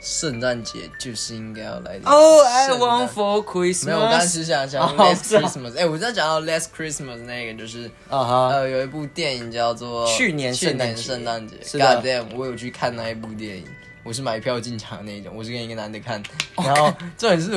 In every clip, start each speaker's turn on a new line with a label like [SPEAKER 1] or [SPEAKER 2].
[SPEAKER 1] 圣诞节就是应该要来点
[SPEAKER 2] 哦、i
[SPEAKER 1] 圣诞
[SPEAKER 2] want for Christmas。
[SPEAKER 1] 没有，我刚才只想想
[SPEAKER 2] 哦
[SPEAKER 1] Last
[SPEAKER 2] 是啊
[SPEAKER 1] Christmas。哎、我在讲到 Last Christmas 那个，就是
[SPEAKER 2] 啊哈，
[SPEAKER 1] 呃，有一部电影叫做《
[SPEAKER 2] 去年
[SPEAKER 1] 去
[SPEAKER 2] 圣诞
[SPEAKER 1] 年
[SPEAKER 2] 节
[SPEAKER 1] 圣诞节》
[SPEAKER 2] 是的
[SPEAKER 1] God damn，我有去看那一部电影，我是买票进场那一种，我是跟一个男的看，
[SPEAKER 2] 哦
[SPEAKER 1] 然后重点是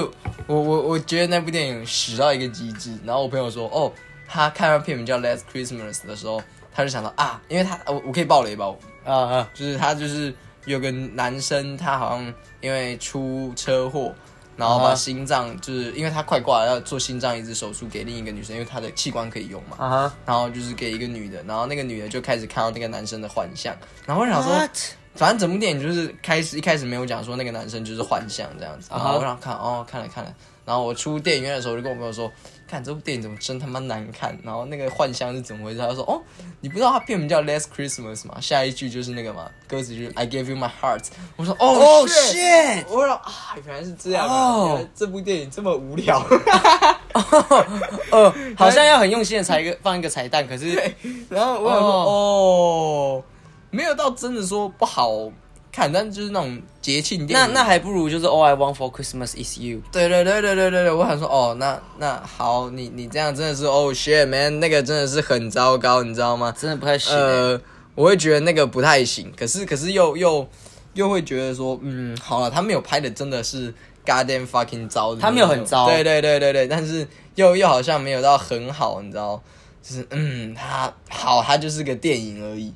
[SPEAKER 1] 我我我觉得那部电影屎到一个极致，然后我朋友说，哦，他看到片名叫《Last Christmas》的时候，他就想到啊，因为他我我可以爆雷吧，
[SPEAKER 2] 啊啊，
[SPEAKER 1] 就是他就是有个男生，他好像因为出车祸，然后
[SPEAKER 2] 啊
[SPEAKER 1] 把
[SPEAKER 2] 哈
[SPEAKER 1] 心脏就是因为他快挂了，要做心脏移植手术给另一个女生，因为他的器官可以用嘛。
[SPEAKER 2] 啊哈，
[SPEAKER 1] 然后就是给一个女的，然后那个女的就开始看到那个男生的幻象，然后我想说
[SPEAKER 2] What？
[SPEAKER 1] 反正整部电影就是开始一开始没有讲说那个男生就是幻象这样子，然
[SPEAKER 2] 啊
[SPEAKER 1] 后我想看哦看了看了，然后我出电影院的时候我就跟我朋友说，看这部电影怎么真他妈难看，然后那个幻象是怎么回事？他说哦，你不知道它片名叫 Last Christmas 吗？下一句就是那个嘛，歌词就是 I gave you my heart，我说哦、
[SPEAKER 2] Oh shit！
[SPEAKER 1] 我说啊原来是这样啊
[SPEAKER 2] 哦
[SPEAKER 1] 原来这部电影这么无 聊。
[SPEAKER 2] 呃，哦好像要很用心的才一个放一个彩蛋，可是
[SPEAKER 1] 对，然后我想说哦没有到真的说不好看，但就是那种节庆电
[SPEAKER 2] 那
[SPEAKER 1] 影。
[SPEAKER 2] 那还不如就是 All I want for Christmas is you。
[SPEAKER 1] 对对对对对对对，我想说哦，那那好，你你这样真的是哦 shit man，那个真的是很糟糕，你知道吗？
[SPEAKER 2] 真的不太行、
[SPEAKER 1] 呃，我会觉得那个不太行，可是可是又又又会觉得说，嗯，好了，他没有拍的真的是 goddamn fucking 糟的那种，
[SPEAKER 2] 他没有很糟
[SPEAKER 1] 对对对对对，但是又又好像没有到很好，你知道，就是嗯，他好，他就是个电影而已，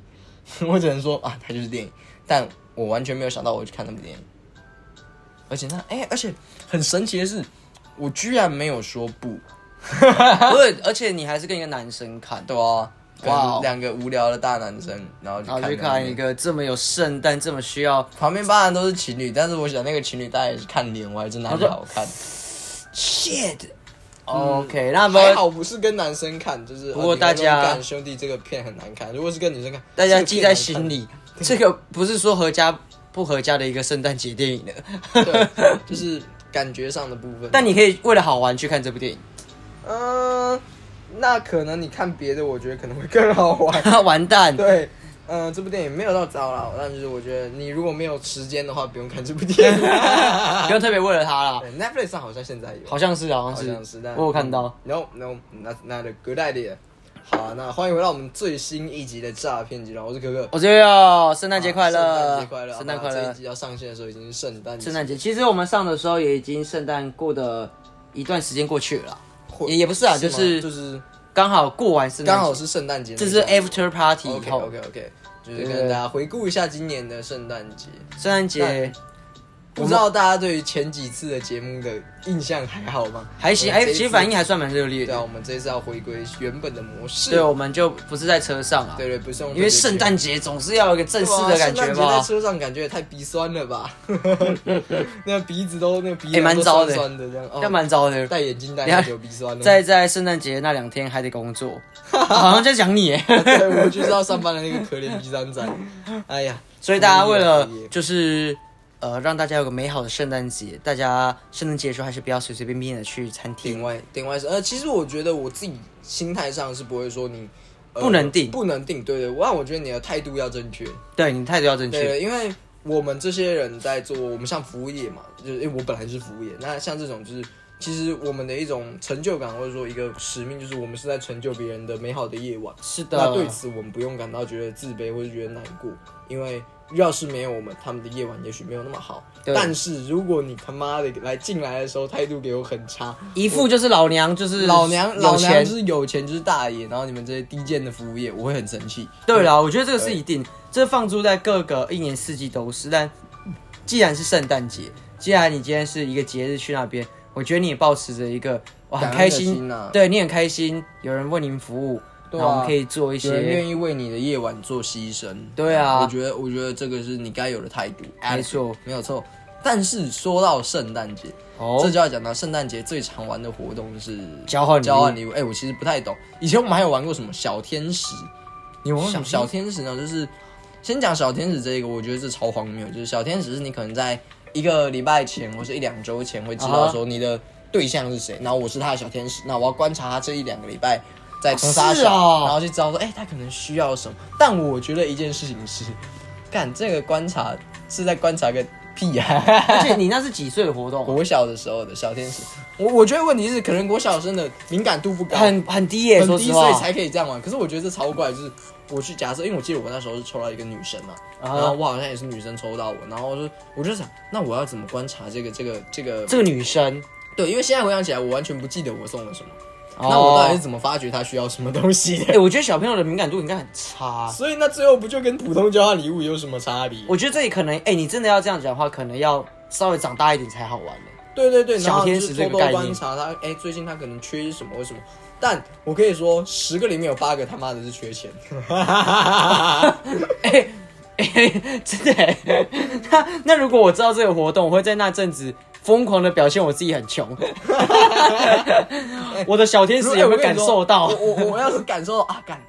[SPEAKER 1] 我只能说啊，他就是电影，但我完全没有想到我会去看那部电影，而且那哎、而且很神奇的是，我居然没有说不，
[SPEAKER 2] 不是，而且你还是跟一个男生看，
[SPEAKER 1] 对啊。跟
[SPEAKER 2] 哇哦
[SPEAKER 1] 两个无聊的大男生，然后就
[SPEAKER 2] 然后
[SPEAKER 1] 看嗯那
[SPEAKER 2] 去
[SPEAKER 1] 部电
[SPEAKER 2] 看
[SPEAKER 1] 影
[SPEAKER 2] 一个这么有圣诞、这么需要
[SPEAKER 1] 旁边当然都是情侣，但是我想那个情侣大概也是看脸，我还真拿不好看。
[SPEAKER 2] shit。OK，、那哦不
[SPEAKER 1] 哦嗯还好不是跟男生看，就是
[SPEAKER 2] 不过大家
[SPEAKER 1] 哦你们都干兄弟这个片很难看，如果是跟女生看，
[SPEAKER 2] 大家记在
[SPEAKER 1] 里。
[SPEAKER 2] 心里，这个不是说合家不合家的一个圣诞节电影的，
[SPEAKER 1] 对，就是感觉上的部分。
[SPEAKER 2] 但你可以为了好玩去看这部电影。
[SPEAKER 1] 嗯、那可能你看别的，我觉得可能会更好 玩。
[SPEAKER 2] 完蛋，
[SPEAKER 1] 对，嗯、这部电影没有到糟了，但就是我觉得你如果没有时间的话，不用看这部电 影。
[SPEAKER 2] 不用特别为了他啦。
[SPEAKER 1] 啊对 Netflix 上好像现在有，
[SPEAKER 2] 好像是，好像
[SPEAKER 1] 好
[SPEAKER 2] 是，
[SPEAKER 1] 像是，但嗯
[SPEAKER 2] 我有看到。。
[SPEAKER 1] No no, that's not a good idea. 好啊、那欢迎回到我们最新一集的诈骗集团，我是可可。
[SPEAKER 2] 我就要圣诞节快
[SPEAKER 1] 啊圣
[SPEAKER 2] 乐，
[SPEAKER 1] 诞节快乐！
[SPEAKER 2] 圣诞快
[SPEAKER 1] 好吧这
[SPEAKER 2] 乐
[SPEAKER 1] 一集，要上线的时候已经是圣诞节，
[SPEAKER 2] 圣诞节。其实我们上的时候也已经圣诞过的一段时间过去了啦，
[SPEAKER 1] 会
[SPEAKER 2] 也也不是啊
[SPEAKER 1] 吗
[SPEAKER 2] 就是
[SPEAKER 1] 就是
[SPEAKER 2] 刚好过完圣诞
[SPEAKER 1] 刚
[SPEAKER 2] 节，
[SPEAKER 1] 好是圣诞节那
[SPEAKER 2] 这
[SPEAKER 1] 一
[SPEAKER 2] 是
[SPEAKER 1] 天，
[SPEAKER 2] after party 以
[SPEAKER 1] OK
[SPEAKER 2] 后，
[SPEAKER 1] OK OK，就是
[SPEAKER 2] 对对
[SPEAKER 1] 跟大家回顾一下今年的圣诞节。
[SPEAKER 2] 圣诞节
[SPEAKER 1] 不知道大家对于前几次的节目的印象还好吗？
[SPEAKER 2] 还
[SPEAKER 1] 我
[SPEAKER 2] 行，
[SPEAKER 1] 们
[SPEAKER 2] 哎，
[SPEAKER 1] 这一
[SPEAKER 2] 其
[SPEAKER 1] 次
[SPEAKER 2] 实反应还算蛮热烈
[SPEAKER 1] 对啊，
[SPEAKER 2] 的
[SPEAKER 1] 我。们这一次要回归原本的模式。
[SPEAKER 2] 对，我们就不是在车上啊，
[SPEAKER 1] 对对，不是用
[SPEAKER 2] 因为圣诞节总是要有一个正式的感觉
[SPEAKER 1] 对啊圣诞节在
[SPEAKER 2] 吧。
[SPEAKER 1] 车上感觉也太鼻酸了吧， 那鼻子都那个鼻
[SPEAKER 2] 哎蛮
[SPEAKER 1] 都
[SPEAKER 2] 糟
[SPEAKER 1] 酸
[SPEAKER 2] 的
[SPEAKER 1] 酸的这样，哦
[SPEAKER 2] 要蛮糟的，
[SPEAKER 1] 戴眼镜戴
[SPEAKER 2] 你看
[SPEAKER 1] 太久鼻酸了。
[SPEAKER 2] 在在圣诞节那两天还得工作，好像在讲你耶。
[SPEAKER 1] 对，我就是要上班的那个可怜鼻酸 仔。哎呀，
[SPEAKER 2] 所以大家为了
[SPEAKER 1] 哎呀
[SPEAKER 2] 就是呃让大家有个美好的圣诞节，大家圣诞节的时候还是不要随随便便的去餐
[SPEAKER 1] 点
[SPEAKER 2] 厅，
[SPEAKER 1] 外点外是呃，其实我觉得我自己心态上是不会说你。呃
[SPEAKER 2] 不能定
[SPEAKER 1] 不能定，对对，我我觉得你的态度要正确，
[SPEAKER 2] 对你态度要正
[SPEAKER 1] 对
[SPEAKER 2] 确。
[SPEAKER 1] 对，因为我们这些人在做，我们像服务业嘛，就是因为我本来是服务业，那像这种就是，其实我们的一种成就感或者说一个使命，就是我们是在成就别人的美好的夜晚。
[SPEAKER 2] 是的
[SPEAKER 1] 那，对此我们不用感到觉得自卑或者觉得难过，因为要是没有我们，他们的夜晚也许没有那么好。
[SPEAKER 2] 对
[SPEAKER 1] 但是如果你他妈的来进来的时候态度给我很差，
[SPEAKER 2] 一副就是老娘就是
[SPEAKER 1] 老娘老
[SPEAKER 2] 有
[SPEAKER 1] 娘
[SPEAKER 2] 钱
[SPEAKER 1] 就。是有钱就是大爷，然后你们这些低贱的服务业，我会很生气。
[SPEAKER 2] 对啦，我觉得这个是一定，这放诸在各个一年四季都是。但既然是圣诞节，既然你今天是一个节日去那边，我觉得你也保持着一个哇
[SPEAKER 1] 感恩
[SPEAKER 2] 很
[SPEAKER 1] 的
[SPEAKER 2] 开心，
[SPEAKER 1] 心啊
[SPEAKER 2] 对你很开心，有人为您服务，
[SPEAKER 1] 对啊
[SPEAKER 2] 然后我们可以做一
[SPEAKER 1] 有人
[SPEAKER 2] 些，
[SPEAKER 1] 愿意为你的夜晚做牺牲，
[SPEAKER 2] 对啊
[SPEAKER 1] 我觉得我觉得这个是你该有的态度，
[SPEAKER 2] 没错，
[SPEAKER 1] 没有错。但是说到圣诞节，这
[SPEAKER 2] 哦，
[SPEAKER 1] 就要讲到圣诞节最常玩的活动是
[SPEAKER 2] 交换礼物
[SPEAKER 1] 交换礼物。哎、我其实不太懂，以前我们还有玩过什么小天使，你有玩过什么小天使呢？就是先讲小天使这个，我觉得这超荒谬。就是小天使是你可能在一个礼拜前或是一两周前会知
[SPEAKER 2] 啊
[SPEAKER 1] 道
[SPEAKER 2] 哈
[SPEAKER 1] 说你的对象是谁，然后我是他的小天使，那我要观察他这一两个礼拜。在冲杀
[SPEAKER 2] 是
[SPEAKER 1] 小，
[SPEAKER 2] 哦
[SPEAKER 1] 然后就知道说，哎、他可能需要什么。但我觉得一件事情是，干这个观察是在观察个屁呀、
[SPEAKER 2] 而且你那是几岁的活 动啊、
[SPEAKER 1] 国小的时候的小天使，我我觉得问题是，可能国小生的敏感度不高，
[SPEAKER 2] 很很低耶、
[SPEAKER 1] 很
[SPEAKER 2] 说
[SPEAKER 1] 低，
[SPEAKER 2] 实
[SPEAKER 1] 所
[SPEAKER 2] 话
[SPEAKER 1] 以。才可以这样玩。可是我觉得这超怪，就是我去假设，因为我记得我那时候是抽到一个女生嘛，
[SPEAKER 2] 啊
[SPEAKER 1] 然后我好像也是女生抽到我，然后我就我就想，那我要怎么观察这个这个这个？
[SPEAKER 2] 这个女生，
[SPEAKER 1] 对，因为现在回想起来，我完全不记得我送了什么，那我到底是
[SPEAKER 2] 哦
[SPEAKER 1] 怎么发觉她需要什么东西
[SPEAKER 2] 哎、
[SPEAKER 1] 的？
[SPEAKER 2] 我觉得小朋友的敏感度应该很差。
[SPEAKER 1] 所以那最后不就跟普通交换礼物有什么差别？
[SPEAKER 2] 我觉得这里可能，哎、你真的要这样讲的话，可能要稍微长大一点才好玩呢、
[SPEAKER 1] 对对对，然
[SPEAKER 2] 小
[SPEAKER 1] 后就
[SPEAKER 2] 天
[SPEAKER 1] 是
[SPEAKER 2] 使这
[SPEAKER 1] 偷
[SPEAKER 2] 个
[SPEAKER 1] 偷
[SPEAKER 2] 概念
[SPEAKER 1] 观察他，哎，最近他可能缺什么？为什么？但我可以说，十个里面有八个他妈的是缺钱。
[SPEAKER 2] 哎、哎 真的、欸。 那那如果我知道这个活动，我会在那阵子疯狂的表现我自己很穷， 我的 小天使也
[SPEAKER 1] 有
[SPEAKER 2] 会感受到
[SPEAKER 1] 我。我我要是感受到啊，干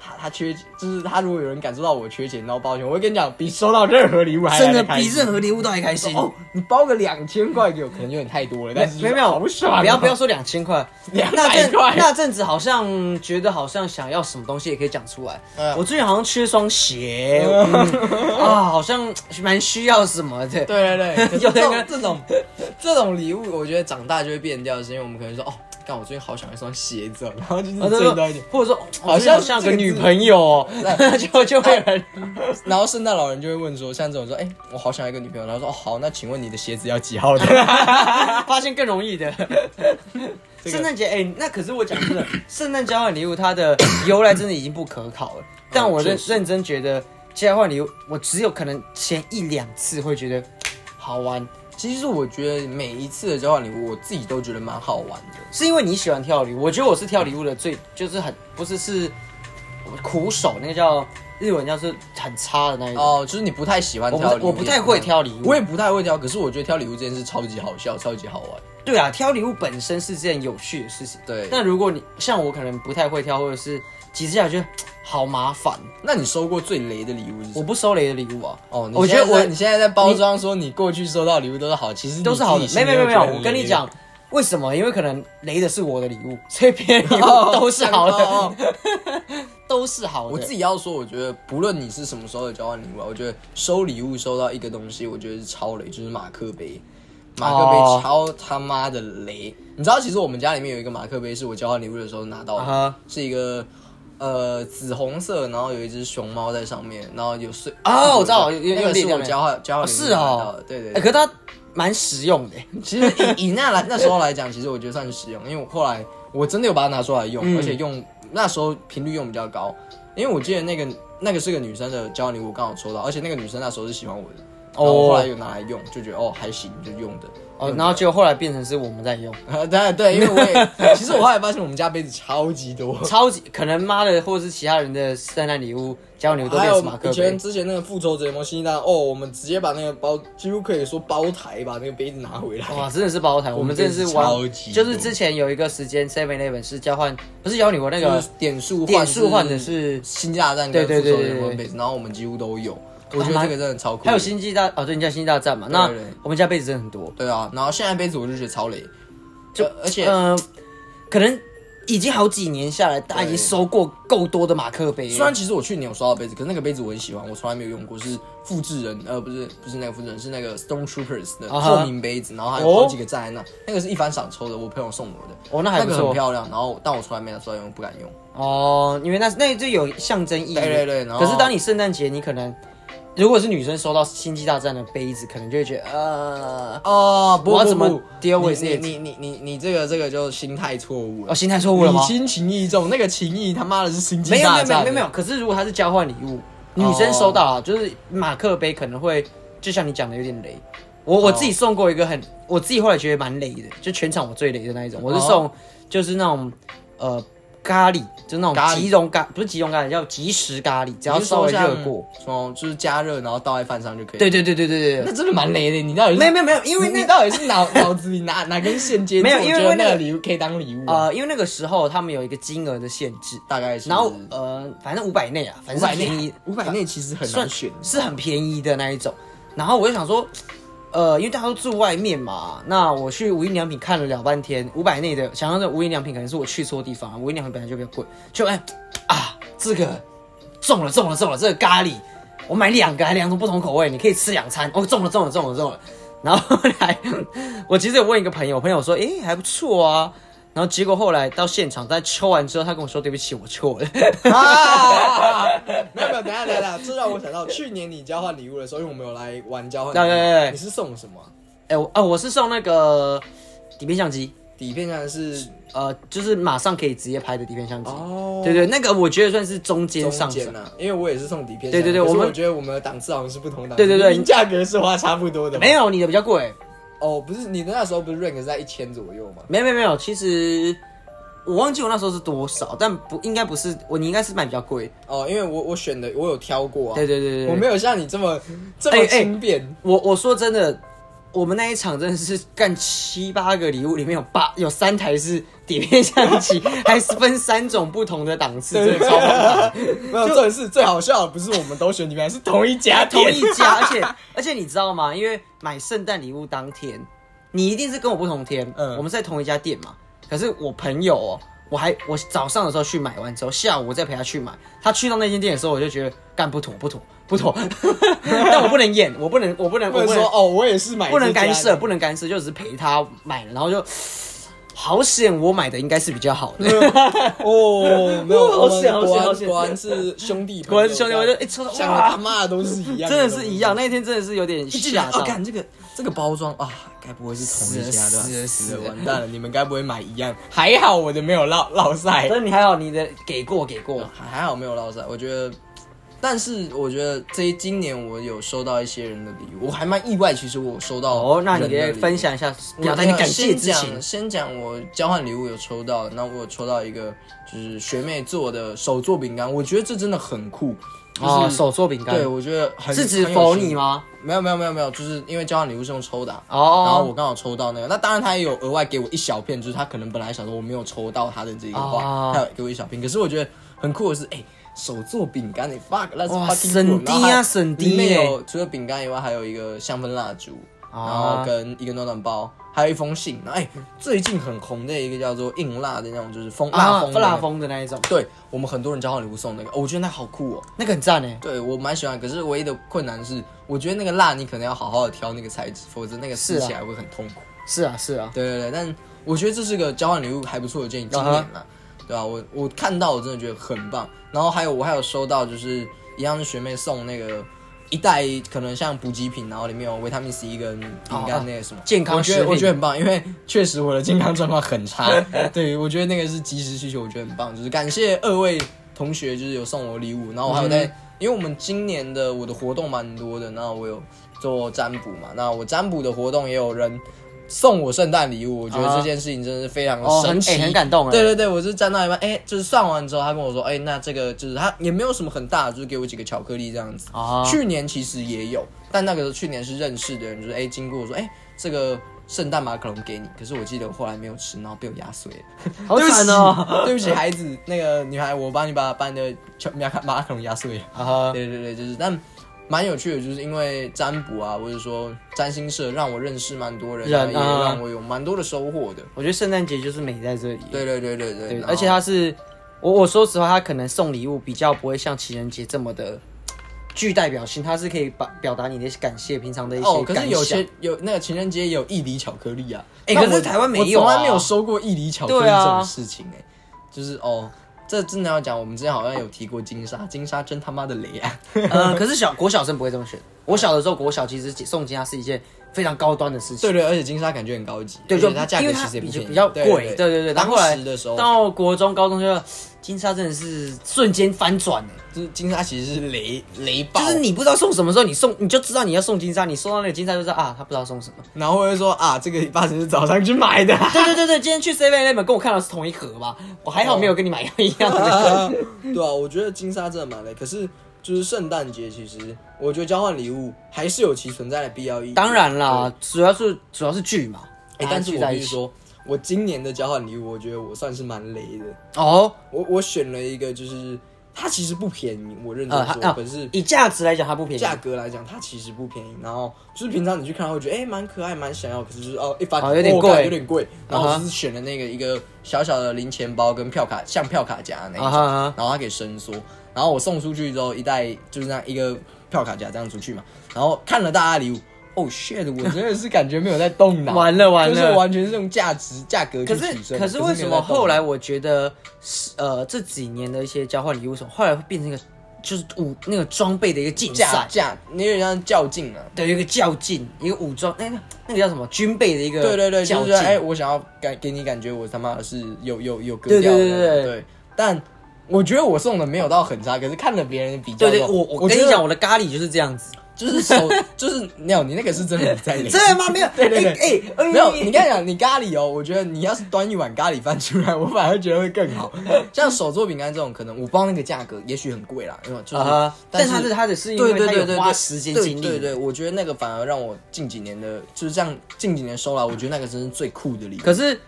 [SPEAKER 1] 他他缺，就是他如果有人感受到我缺钱，然后抱歉，我会跟你讲，比收到任何礼物还来
[SPEAKER 2] 真
[SPEAKER 1] 得
[SPEAKER 2] 的
[SPEAKER 1] 开
[SPEAKER 2] 比
[SPEAKER 1] 心
[SPEAKER 2] 任何礼物都还开心。
[SPEAKER 1] 哦，你包个两千块给我，可能有点太多了，
[SPEAKER 2] 没
[SPEAKER 1] 但是
[SPEAKER 2] 没有没有，
[SPEAKER 1] 好爽哦，
[SPEAKER 2] 不要不要说两千块，
[SPEAKER 1] 200
[SPEAKER 2] 那阵
[SPEAKER 1] 块
[SPEAKER 2] 那阵子好像觉得好像想要什么东西也可以讲出来。
[SPEAKER 1] 嗯
[SPEAKER 2] 我最近好像缺双鞋、 嗯啊，好像蛮需要什么的。
[SPEAKER 1] 对对 对，可是
[SPEAKER 2] 有
[SPEAKER 1] 这
[SPEAKER 2] 人
[SPEAKER 1] 种
[SPEAKER 2] 跟
[SPEAKER 1] 这种这种礼物，我觉得长大就会变掉，是因为我们可能说哦，干我最近好想要一双鞋子、哦，然后就是
[SPEAKER 2] 啊对
[SPEAKER 1] 最到一点，
[SPEAKER 2] 或者说
[SPEAKER 1] 好
[SPEAKER 2] 好
[SPEAKER 1] 像
[SPEAKER 2] 像好像
[SPEAKER 1] 这个
[SPEAKER 2] 有个女
[SPEAKER 1] 字
[SPEAKER 2] 朋 友、哦，
[SPEAKER 1] 对
[SPEAKER 2] 就就会有人
[SPEAKER 1] 然后圣诞老人就会问说，像这种说，哎、我好想要一个女朋友，然后说哦好，那请问你的鞋子要几号的？
[SPEAKER 2] 发现更容 易的。圣诞节，哎、那可是我讲真的， 圣诞交换礼物它的由来真的已经不可考了。但我认
[SPEAKER 1] 啊确实
[SPEAKER 2] 认真觉得交换礼物，我只有可能前一两次会觉得好玩，
[SPEAKER 1] 其实我觉得每一次的交换礼物，我自己都觉得蛮好玩的。
[SPEAKER 2] 是因为你喜欢跳礼物。我觉得我是跳礼物的最就是很不是是苦手，那个叫日文叫是很差的那一种。
[SPEAKER 1] 哦，就是你不太喜欢
[SPEAKER 2] 嗯
[SPEAKER 1] 挑礼物，嗯
[SPEAKER 2] 我不太我不太会挑礼物
[SPEAKER 1] 我也不太会挑。可是我觉得挑礼物这件事超级好笑，超级好玩。
[SPEAKER 2] 对啊，挑礼物本身是件有趣的事情。
[SPEAKER 1] 对
[SPEAKER 2] 但如果你像我可能不太会挑，或者是几次下觉得好麻烦，
[SPEAKER 1] 那你收过最雷的礼物是什
[SPEAKER 2] 我
[SPEAKER 1] 么？
[SPEAKER 2] 不收雷的礼物啊。
[SPEAKER 1] 哦，你
[SPEAKER 2] 我觉得
[SPEAKER 1] 现在在
[SPEAKER 2] 我
[SPEAKER 1] 你现在在包装说你过去收到礼物都是好，其实你
[SPEAKER 2] 都是好的
[SPEAKER 1] 自。己
[SPEAKER 2] 没
[SPEAKER 1] 心里
[SPEAKER 2] 没没没有，
[SPEAKER 1] 又觉得
[SPEAKER 2] 我跟你
[SPEAKER 1] 雷，
[SPEAKER 2] 讲，为什么？因为可能雷的是我的礼物， 所以别人礼物都是好
[SPEAKER 1] 哦
[SPEAKER 2] 的， 都是好的。
[SPEAKER 1] 我自己要说，我觉得不论你是什么时候的交换礼物啊，我觉得收礼物收到一个东西，我觉得是超雷，就是马克杯。马克
[SPEAKER 2] 哦
[SPEAKER 1] 杯超他妈的雷！你知道，其实我们家里面有一个马克杯，是我交换礼物的时候拿到的。
[SPEAKER 2] 啊哈
[SPEAKER 1] 是一个呃紫红色，然后有一只熊猫在上面，然后有碎
[SPEAKER 2] 哦我知道有有
[SPEAKER 1] 那个是
[SPEAKER 2] 有
[SPEAKER 1] 我交换交换
[SPEAKER 2] 哦
[SPEAKER 1] 礼物
[SPEAKER 2] 是
[SPEAKER 1] 拿到
[SPEAKER 2] 哦
[SPEAKER 1] 的，对对
[SPEAKER 2] 哎
[SPEAKER 1] 对。
[SPEAKER 2] 可它蛮实用的。
[SPEAKER 1] 其实以以那 来那时候来讲，其实我觉得算是实用，因为我后来我真的有把它拿出来用，
[SPEAKER 2] 嗯
[SPEAKER 1] 而且用那时候频率用比较高，因为我记得那个那个是个女生的交换礼物，我刚好抽到，而且那个女生那时候是喜欢我的，然后我后来
[SPEAKER 2] 哦
[SPEAKER 1] 又拿来用，就觉得哦还行，就用的。
[SPEAKER 2] 哦，然后结果后来变成是我们在用，
[SPEAKER 1] 呃，当然对，因为我 也其实我后来发现我们家杯子超级多，
[SPEAKER 2] 超级可能妈的，或者是其他人的圣诞礼物、交换礼物都
[SPEAKER 1] 还
[SPEAKER 2] 变
[SPEAKER 1] 有
[SPEAKER 2] 成马克
[SPEAKER 1] 以前
[SPEAKER 2] 杯。
[SPEAKER 1] 之前那个复仇者联盟星际大战，哦，我们直接把那个包几乎可以说包台把那个杯子拿回来。
[SPEAKER 2] 哇，真的是包台，我们真的是玩
[SPEAKER 1] 超，级
[SPEAKER 2] 就是
[SPEAKER 1] 多
[SPEAKER 2] 之前有一个时间 Seven Eleven 是交换，不是交换礼物那个
[SPEAKER 1] 就是点数
[SPEAKER 2] 点数换的
[SPEAKER 1] 是
[SPEAKER 2] 是
[SPEAKER 1] 星际大战跟复仇者联盟的杯子，然后我们几乎都有。我觉得这个真的超酷。
[SPEAKER 2] 还有星际大哦，对，你叫星际大战嘛？那
[SPEAKER 1] 对对对
[SPEAKER 2] 我们家杯子真的很多，
[SPEAKER 1] 对啊，然后现在杯子我就觉得超雷，就而且
[SPEAKER 2] 呃，可能已经好几年下来，大家已经收过够多的马克杯了。
[SPEAKER 1] 虽然其实我去年有收到杯子，可是那个杯子我很喜欢，我从来没有用过，是复制人，呃，不是不是那个复制人，是那个 Stone Troopers 的
[SPEAKER 2] 啊哈
[SPEAKER 1] 透明杯子，然后还有好几个站在那，那个是一番赏抽的，我朋友送我的，
[SPEAKER 2] 哦，那还
[SPEAKER 1] 哦那
[SPEAKER 2] 不
[SPEAKER 1] 个很
[SPEAKER 2] 错
[SPEAKER 1] 漂亮，然后但我从来没拿出来用，不敢用。
[SPEAKER 2] 哦，因为那那就有象征意义。啊
[SPEAKER 1] 对对对然后
[SPEAKER 2] 可是当你圣诞节，你可能如果是女生收到星际大战的杯子，可能就会觉得呃，
[SPEAKER 1] 哦，不
[SPEAKER 2] 我要
[SPEAKER 1] 不
[SPEAKER 2] 怎么
[SPEAKER 1] 不
[SPEAKER 2] deal with
[SPEAKER 1] 你
[SPEAKER 2] it？
[SPEAKER 1] 你你你你这个这个就心态错误了
[SPEAKER 2] 哦，，心态错误了
[SPEAKER 1] 你
[SPEAKER 2] 吗？
[SPEAKER 1] 心情意重，那个情谊他妈的是心机
[SPEAKER 2] 没有没
[SPEAKER 1] 大
[SPEAKER 2] 有没有
[SPEAKER 1] 战，哦
[SPEAKER 2] 没有没有。可是如果它是交换礼物，女生收到啊，就是马克杯可能会，就像你讲的有点雷。
[SPEAKER 1] 哦
[SPEAKER 2] 我我自己送过一个很，我自己后来觉得蛮雷的，就全场我最雷的那一种。我是送就是那种呃咖喱，就那
[SPEAKER 1] 咖喱
[SPEAKER 2] 种即溶咖，不是即溶咖喱，叫即食咖喱，只要
[SPEAKER 1] 你是
[SPEAKER 2] 稍
[SPEAKER 1] 说
[SPEAKER 2] 微
[SPEAKER 1] 像
[SPEAKER 2] 热过。
[SPEAKER 1] 哦，就是加热然后倒在饭上就可以。
[SPEAKER 2] 对，对对对对
[SPEAKER 1] 那
[SPEAKER 2] 对
[SPEAKER 1] 真的蛮雷的，你到底
[SPEAKER 2] 对，
[SPEAKER 1] 是
[SPEAKER 2] 没有没有没有，因为
[SPEAKER 1] 你
[SPEAKER 2] 那
[SPEAKER 1] 你到底是脑脑子里哪哪根线接住？
[SPEAKER 2] 没有
[SPEAKER 1] 我
[SPEAKER 2] 因为
[SPEAKER 1] 觉得
[SPEAKER 2] 那
[SPEAKER 1] 那
[SPEAKER 2] 个
[SPEAKER 1] 个 礼物可以当礼物啊，
[SPEAKER 2] 呃，因为那个时候他们有一个金额的限制，
[SPEAKER 1] 大概是。
[SPEAKER 2] 然后呃，反正五百内啊，反
[SPEAKER 1] 五
[SPEAKER 2] 正
[SPEAKER 1] 百
[SPEAKER 2] 是便宜
[SPEAKER 1] 内，，五百内其实很难
[SPEAKER 2] 算
[SPEAKER 1] 选。
[SPEAKER 2] 是很便宜的那一种。然后我就想说，呃，因为大家都住外面嘛，那我去无印良品看了两半天，五百内的，想象这无印良品可能是我去错地方、啊，无印良品本来就比较贵，就哎啊，这个中了中了中了，这个咖喱我买两个，还两种不同口味，你可以吃两餐。哦，中了，中了，中了，中了。然后后来， 我其实有问一个朋友，我朋友说，诶、还不错啊。然后结果后来到现场，在抽完之后，他跟我说：“对不起，我错了。
[SPEAKER 1] 啊！ 没有没有，等一下等一下，这让我想到去年你交换礼物的时候，因为我们有来玩交换 礼物，
[SPEAKER 2] 对对对对
[SPEAKER 1] 你是送什么啊？
[SPEAKER 2] 哎、我啊，我是送那个底片相机，
[SPEAKER 1] 底片上是
[SPEAKER 2] 呃，就是马上可以直接拍的底片相机。
[SPEAKER 1] 哦
[SPEAKER 2] 对对，那个我觉得算是中间上
[SPEAKER 1] 中
[SPEAKER 2] 升
[SPEAKER 1] 间。啊，因为我也是送底片上，
[SPEAKER 2] 对对对
[SPEAKER 1] 可是
[SPEAKER 2] 我们
[SPEAKER 1] 我觉得我们的档次好像是不同档次，
[SPEAKER 2] 对对对
[SPEAKER 1] 明明价格是花差不多的，
[SPEAKER 2] 没有你的比较贵，
[SPEAKER 1] 哦，不是你的那时候不是 rank 是在一千左右吗？
[SPEAKER 2] 没有没有没有，其实我忘记我那时候是多少，但不应该不是我，你应该是买比较贵。
[SPEAKER 1] 哦，因为我我选的我有挑过啊，
[SPEAKER 2] 对对对对
[SPEAKER 1] 我没
[SPEAKER 2] 有，
[SPEAKER 1] 有像你这么这么
[SPEAKER 2] 哎哎
[SPEAKER 1] 轻便，
[SPEAKER 2] 我我说真的，我们那一场真的是干七八个礼物，里面有八有三台是底片相 机，还是分三种不同的档次，真的超荒唐。
[SPEAKER 1] 没有，重点是最好笑的不是我们都选底片，是同一家店
[SPEAKER 2] 同 一家，而且而且你知道吗？因为买圣诞礼物当天，你一定是跟我不同天，
[SPEAKER 1] 嗯
[SPEAKER 2] 我们是在同一家店嘛。可是我朋友哦，我还我早上的时候去买完之后，下午我再陪他去买。他去到那间店的时候，我就觉得干不妥不妥不 妥，但我不能演，我不能我不能
[SPEAKER 1] 不
[SPEAKER 2] 我
[SPEAKER 1] 能
[SPEAKER 2] 不
[SPEAKER 1] 说
[SPEAKER 2] 能
[SPEAKER 1] 哦，我也是买
[SPEAKER 2] 不能
[SPEAKER 1] 这家
[SPEAKER 2] 干涉
[SPEAKER 1] 的
[SPEAKER 2] 不能干涉，就只是陪他买了，然后就好险我买的应该是比较好的。
[SPEAKER 1] 嗯哦，没
[SPEAKER 2] 好
[SPEAKER 1] 有，我
[SPEAKER 2] 险好
[SPEAKER 1] 们
[SPEAKER 2] 险
[SPEAKER 1] 果
[SPEAKER 2] 好
[SPEAKER 1] 然
[SPEAKER 2] 险
[SPEAKER 1] 果然是兄弟朋友，
[SPEAKER 2] 果然是 兄弟我就一哎抽到
[SPEAKER 1] 想
[SPEAKER 2] 哇
[SPEAKER 1] 的他妈的都是一样，
[SPEAKER 2] 真的是一样，。那一天真的是有点
[SPEAKER 1] 一进
[SPEAKER 2] 吓
[SPEAKER 1] 来，
[SPEAKER 2] 到
[SPEAKER 1] 哦，。干这个这个包装啊，该不会是啊同一家的吧？
[SPEAKER 2] 死了死
[SPEAKER 1] 死
[SPEAKER 2] 了
[SPEAKER 1] 了，完蛋了！你们该不会买一样？还好我的没有落落塞，
[SPEAKER 2] 但你还好，你的给过给过，
[SPEAKER 1] 还 还好没有落塞。我觉得，但是我觉得这一今年我有收到一些人的礼物，我还蛮意外。其实我收到
[SPEAKER 2] 哦，那你
[SPEAKER 1] 人的
[SPEAKER 2] 也
[SPEAKER 1] 礼物
[SPEAKER 2] 分享一下，
[SPEAKER 1] 我呃
[SPEAKER 2] 表达你感谢之
[SPEAKER 1] 先
[SPEAKER 2] 情
[SPEAKER 1] 讲。先讲我交换礼物有抽到的，那我有抽到一个就是学妹做的手做饼干，我觉得这真的很酷。就是、
[SPEAKER 2] 哦，手做饼干，
[SPEAKER 1] 对，我觉得很
[SPEAKER 2] 是指
[SPEAKER 1] 很有
[SPEAKER 2] 否
[SPEAKER 1] 心
[SPEAKER 2] 你吗？
[SPEAKER 1] 没有没有没有没有，就是因为交换礼物是用抽的啊、
[SPEAKER 2] 哦，
[SPEAKER 1] 然后我刚好抽到那个，那当然他也有额外给我一小片，就是他可能本来想说我没有抽到他的这个话，
[SPEAKER 2] 哦
[SPEAKER 1] 他有给我一小片。可是我觉得很酷的是，哎、手做饼干，你 fuck，那是
[SPEAKER 2] 哇
[SPEAKER 1] fucking
[SPEAKER 2] 省
[SPEAKER 1] cool，
[SPEAKER 2] 低啊
[SPEAKER 1] 然后它
[SPEAKER 2] 省低
[SPEAKER 1] 里面
[SPEAKER 2] 耶
[SPEAKER 1] 有除了饼干以外，还有一个香氛蜡烛，然
[SPEAKER 2] 哦
[SPEAKER 1] 后跟一个暖暖包，还有一封信。然后哎、最近很红的一个叫做硬蜡的那种，就是风蜡
[SPEAKER 2] 啊
[SPEAKER 1] 封、
[SPEAKER 2] 辣。风的那一种，
[SPEAKER 1] 对我们很多人交换礼物送那个、哦我觉得那好酷哦。
[SPEAKER 2] 那个很赞欸诶。
[SPEAKER 1] 对我蛮喜欢，可是唯一的困难是，我觉得那个蜡你可能要好好的挑那个材质，否则那个撕
[SPEAKER 2] 是啊
[SPEAKER 1] 起来会很痛苦。
[SPEAKER 2] 是啊，是啊，
[SPEAKER 1] 对对对，但我觉得这是个交换礼物还不错的建议，今
[SPEAKER 2] 啊
[SPEAKER 1] 年
[SPEAKER 2] 哈
[SPEAKER 1] 啦对吧、我我看到我真的觉得很棒，然后还有我还有收到就是一样是学妹送那个一袋可能像补给品，然后里面有维他命 C 跟饼
[SPEAKER 2] 哦啊
[SPEAKER 1] 干那个什么、
[SPEAKER 2] 健康
[SPEAKER 1] 我觉
[SPEAKER 2] 食
[SPEAKER 1] 得
[SPEAKER 2] 品
[SPEAKER 1] 我觉得很棒，因为确实我的健康状况很差， 对我觉得那个是及时需求，我觉得很棒，就是感谢二位同学就是有送我礼物，然后我还有
[SPEAKER 2] 嗯
[SPEAKER 1] 在、因为我们今年的我的活动蛮多的，那我有做占卜嘛，那我占卜的活动也有人。送我圣诞礼物，我觉得
[SPEAKER 2] 啊
[SPEAKER 1] 这件事情真的是非常
[SPEAKER 2] 哦很
[SPEAKER 1] 神奇，
[SPEAKER 2] 哎很感动哎
[SPEAKER 1] 对对对，我是站到一半，哎、就是算完之后，他跟我说，哎、那这个就是他也没有什么很大的，就是给我几个巧克力这样子。
[SPEAKER 2] 啊
[SPEAKER 1] 去年其实也有，但那个时候去年是认识的人，就是哎、经过我说，哎、这个圣诞马卡龙给你，可是我记得我后来没有吃，然后被我压碎了，
[SPEAKER 2] 好惨哦。
[SPEAKER 1] 对不起，对不起孩子，那个女孩，我帮你把把你的巧马卡马卡龙压碎了。
[SPEAKER 2] 啊哈，
[SPEAKER 1] 对对对，就是但蛮有趣的，就是因为占卜啊，或者说占星社，让我认识蛮多人，
[SPEAKER 2] 人
[SPEAKER 1] 然后
[SPEAKER 2] 啊
[SPEAKER 1] 也让我有蛮多的收获的。
[SPEAKER 2] 我觉得圣诞节就是美在这里。
[SPEAKER 1] 对对对对对，
[SPEAKER 2] 对，
[SPEAKER 1] 然后
[SPEAKER 2] 而且他是我我说实话，他可能送礼物比较不会像情人节这么的具代表性，他是可以把表达你的感谢，平常的一
[SPEAKER 1] 哦，
[SPEAKER 2] 些
[SPEAKER 1] 可
[SPEAKER 2] 感
[SPEAKER 1] 是有
[SPEAKER 2] 想
[SPEAKER 1] 些。有那个情人节也有一梨巧克力啊，
[SPEAKER 2] 哎
[SPEAKER 1] 那
[SPEAKER 2] 可是
[SPEAKER 1] 我
[SPEAKER 2] 台湾没
[SPEAKER 1] 我
[SPEAKER 2] 有啊
[SPEAKER 1] 从来没有收过一梨巧克力
[SPEAKER 2] 对啊
[SPEAKER 1] 这种事情哎、就是哦，这真的要讲，我们之前好像有提过金沙，金沙真他妈的雷啊！
[SPEAKER 2] 呃，可是小国小生不会这么选。我小的时候，国小其实送金它是一件非常高端的事情。
[SPEAKER 1] 对对，而且金沙感觉很高级，
[SPEAKER 2] 对，
[SPEAKER 1] 而且
[SPEAKER 2] 就
[SPEAKER 1] 它价
[SPEAKER 2] 因
[SPEAKER 1] 格
[SPEAKER 2] 为
[SPEAKER 1] 其
[SPEAKER 2] 它
[SPEAKER 1] 实也不
[SPEAKER 2] 比
[SPEAKER 1] 便宜
[SPEAKER 2] 比较贵，对
[SPEAKER 1] 对
[SPEAKER 2] 对对。然
[SPEAKER 1] 当
[SPEAKER 2] 后后来
[SPEAKER 1] 时的时候，
[SPEAKER 2] 到国中、高中就金沙真的是瞬间翻转欸
[SPEAKER 1] 就是金沙其实是雷雷爆，
[SPEAKER 2] 就是你不知道送什么时候，你送你就知道你要送金沙，你收到那个金沙就知道啊，他不知道送 什么。
[SPEAKER 1] 然后我就说啊，这个八成是早上去买的、
[SPEAKER 2] 对对对对，今天去 Seven Eleven 跟我看到的是同一盒吧，我还好没有跟你买到一样的。
[SPEAKER 1] 对啊，我觉得金沙真的蛮累，可是就是圣诞节，其实我觉得交换礼物还是有其存在的必要意义。
[SPEAKER 2] 当然啦，主要是主要是啊剧嘛，
[SPEAKER 1] 对，哎
[SPEAKER 2] 大家
[SPEAKER 1] 但是
[SPEAKER 2] 聚
[SPEAKER 1] 我
[SPEAKER 2] 在
[SPEAKER 1] 必
[SPEAKER 2] 一
[SPEAKER 1] 须
[SPEAKER 2] 起。
[SPEAKER 1] 说，我今年的交换礼物，我觉得我算是蛮雷的。
[SPEAKER 2] 哦，
[SPEAKER 1] 我我选了一个，就是它其实不便宜，我认
[SPEAKER 2] 呃，
[SPEAKER 1] 真
[SPEAKER 2] 它
[SPEAKER 1] 说，
[SPEAKER 2] 啊
[SPEAKER 1] 可是，
[SPEAKER 2] 以价值来讲它不便宜，
[SPEAKER 1] 价格来讲，它其实不便宜。然后就是平常你去看，会觉得哎蛮、可爱，蛮想要，可是就是哦一发、
[SPEAKER 2] 哦有点
[SPEAKER 1] 哦干
[SPEAKER 2] 贵
[SPEAKER 1] 有点贵。然后
[SPEAKER 2] 啊哈
[SPEAKER 1] 我就是选了那个一个小小的零钱包跟票卡，像票卡夹的那一种
[SPEAKER 2] 啊哈啊哈
[SPEAKER 1] 然后它可以伸缩。然后我送出去之后，一袋就是那样一个票卡夹这样出去嘛，然后看了大家礼物。哦、oh、shit！我真的是感觉没有在动脑，
[SPEAKER 2] 完了完了
[SPEAKER 1] 就是完全是用价值价格去
[SPEAKER 2] 可
[SPEAKER 1] 取
[SPEAKER 2] 是
[SPEAKER 1] 胜。
[SPEAKER 2] 可
[SPEAKER 1] 是
[SPEAKER 2] 是
[SPEAKER 1] 没有
[SPEAKER 2] 为
[SPEAKER 1] 在
[SPEAKER 2] 什么
[SPEAKER 1] 动啊脑
[SPEAKER 2] 后来我觉得是呃这几年的一些交换礼物什么，后来会变成一个就是武那个装备的一个竞
[SPEAKER 1] 价
[SPEAKER 2] 赛，
[SPEAKER 1] 价你有点像较劲啊？
[SPEAKER 2] 对，一个较劲，一个武装那个那个叫什么军备的一个
[SPEAKER 1] 对对对，
[SPEAKER 2] 较
[SPEAKER 1] 就
[SPEAKER 2] 劲
[SPEAKER 1] 是哎、我想要感给你感觉我他妈的是有有有格调的，
[SPEAKER 2] 对对对对
[SPEAKER 1] 对但我觉得我送的没有到很差，可是看了别人比较之
[SPEAKER 2] 对对，
[SPEAKER 1] 后，
[SPEAKER 2] 我
[SPEAKER 1] 我
[SPEAKER 2] 我跟
[SPEAKER 1] 觉
[SPEAKER 2] 你
[SPEAKER 1] 得
[SPEAKER 2] 讲，我的咖喱就是这样子，
[SPEAKER 1] 就是手就是没有你那个是真的 比在累，
[SPEAKER 2] 真的吗？没有，
[SPEAKER 1] 对对对
[SPEAKER 2] 哎哎哎，
[SPEAKER 1] 没有，你刚才讲你咖喱哦，我觉得你要是端一碗咖喱饭出来，我反而觉得会更 好。像手做饼干这种，可能我不知道那个价格，也许很贵啦，因 为就是，
[SPEAKER 2] 啊哈，但
[SPEAKER 1] 是
[SPEAKER 2] 他是他的是因
[SPEAKER 1] 对
[SPEAKER 2] 为
[SPEAKER 1] 对
[SPEAKER 2] 他
[SPEAKER 1] 对对，
[SPEAKER 2] 有花时间精力，
[SPEAKER 1] 对对对，我觉得那个反而让我近几年的，就是这样近几年收来，我觉得那个真是最酷的礼物。
[SPEAKER 2] 可是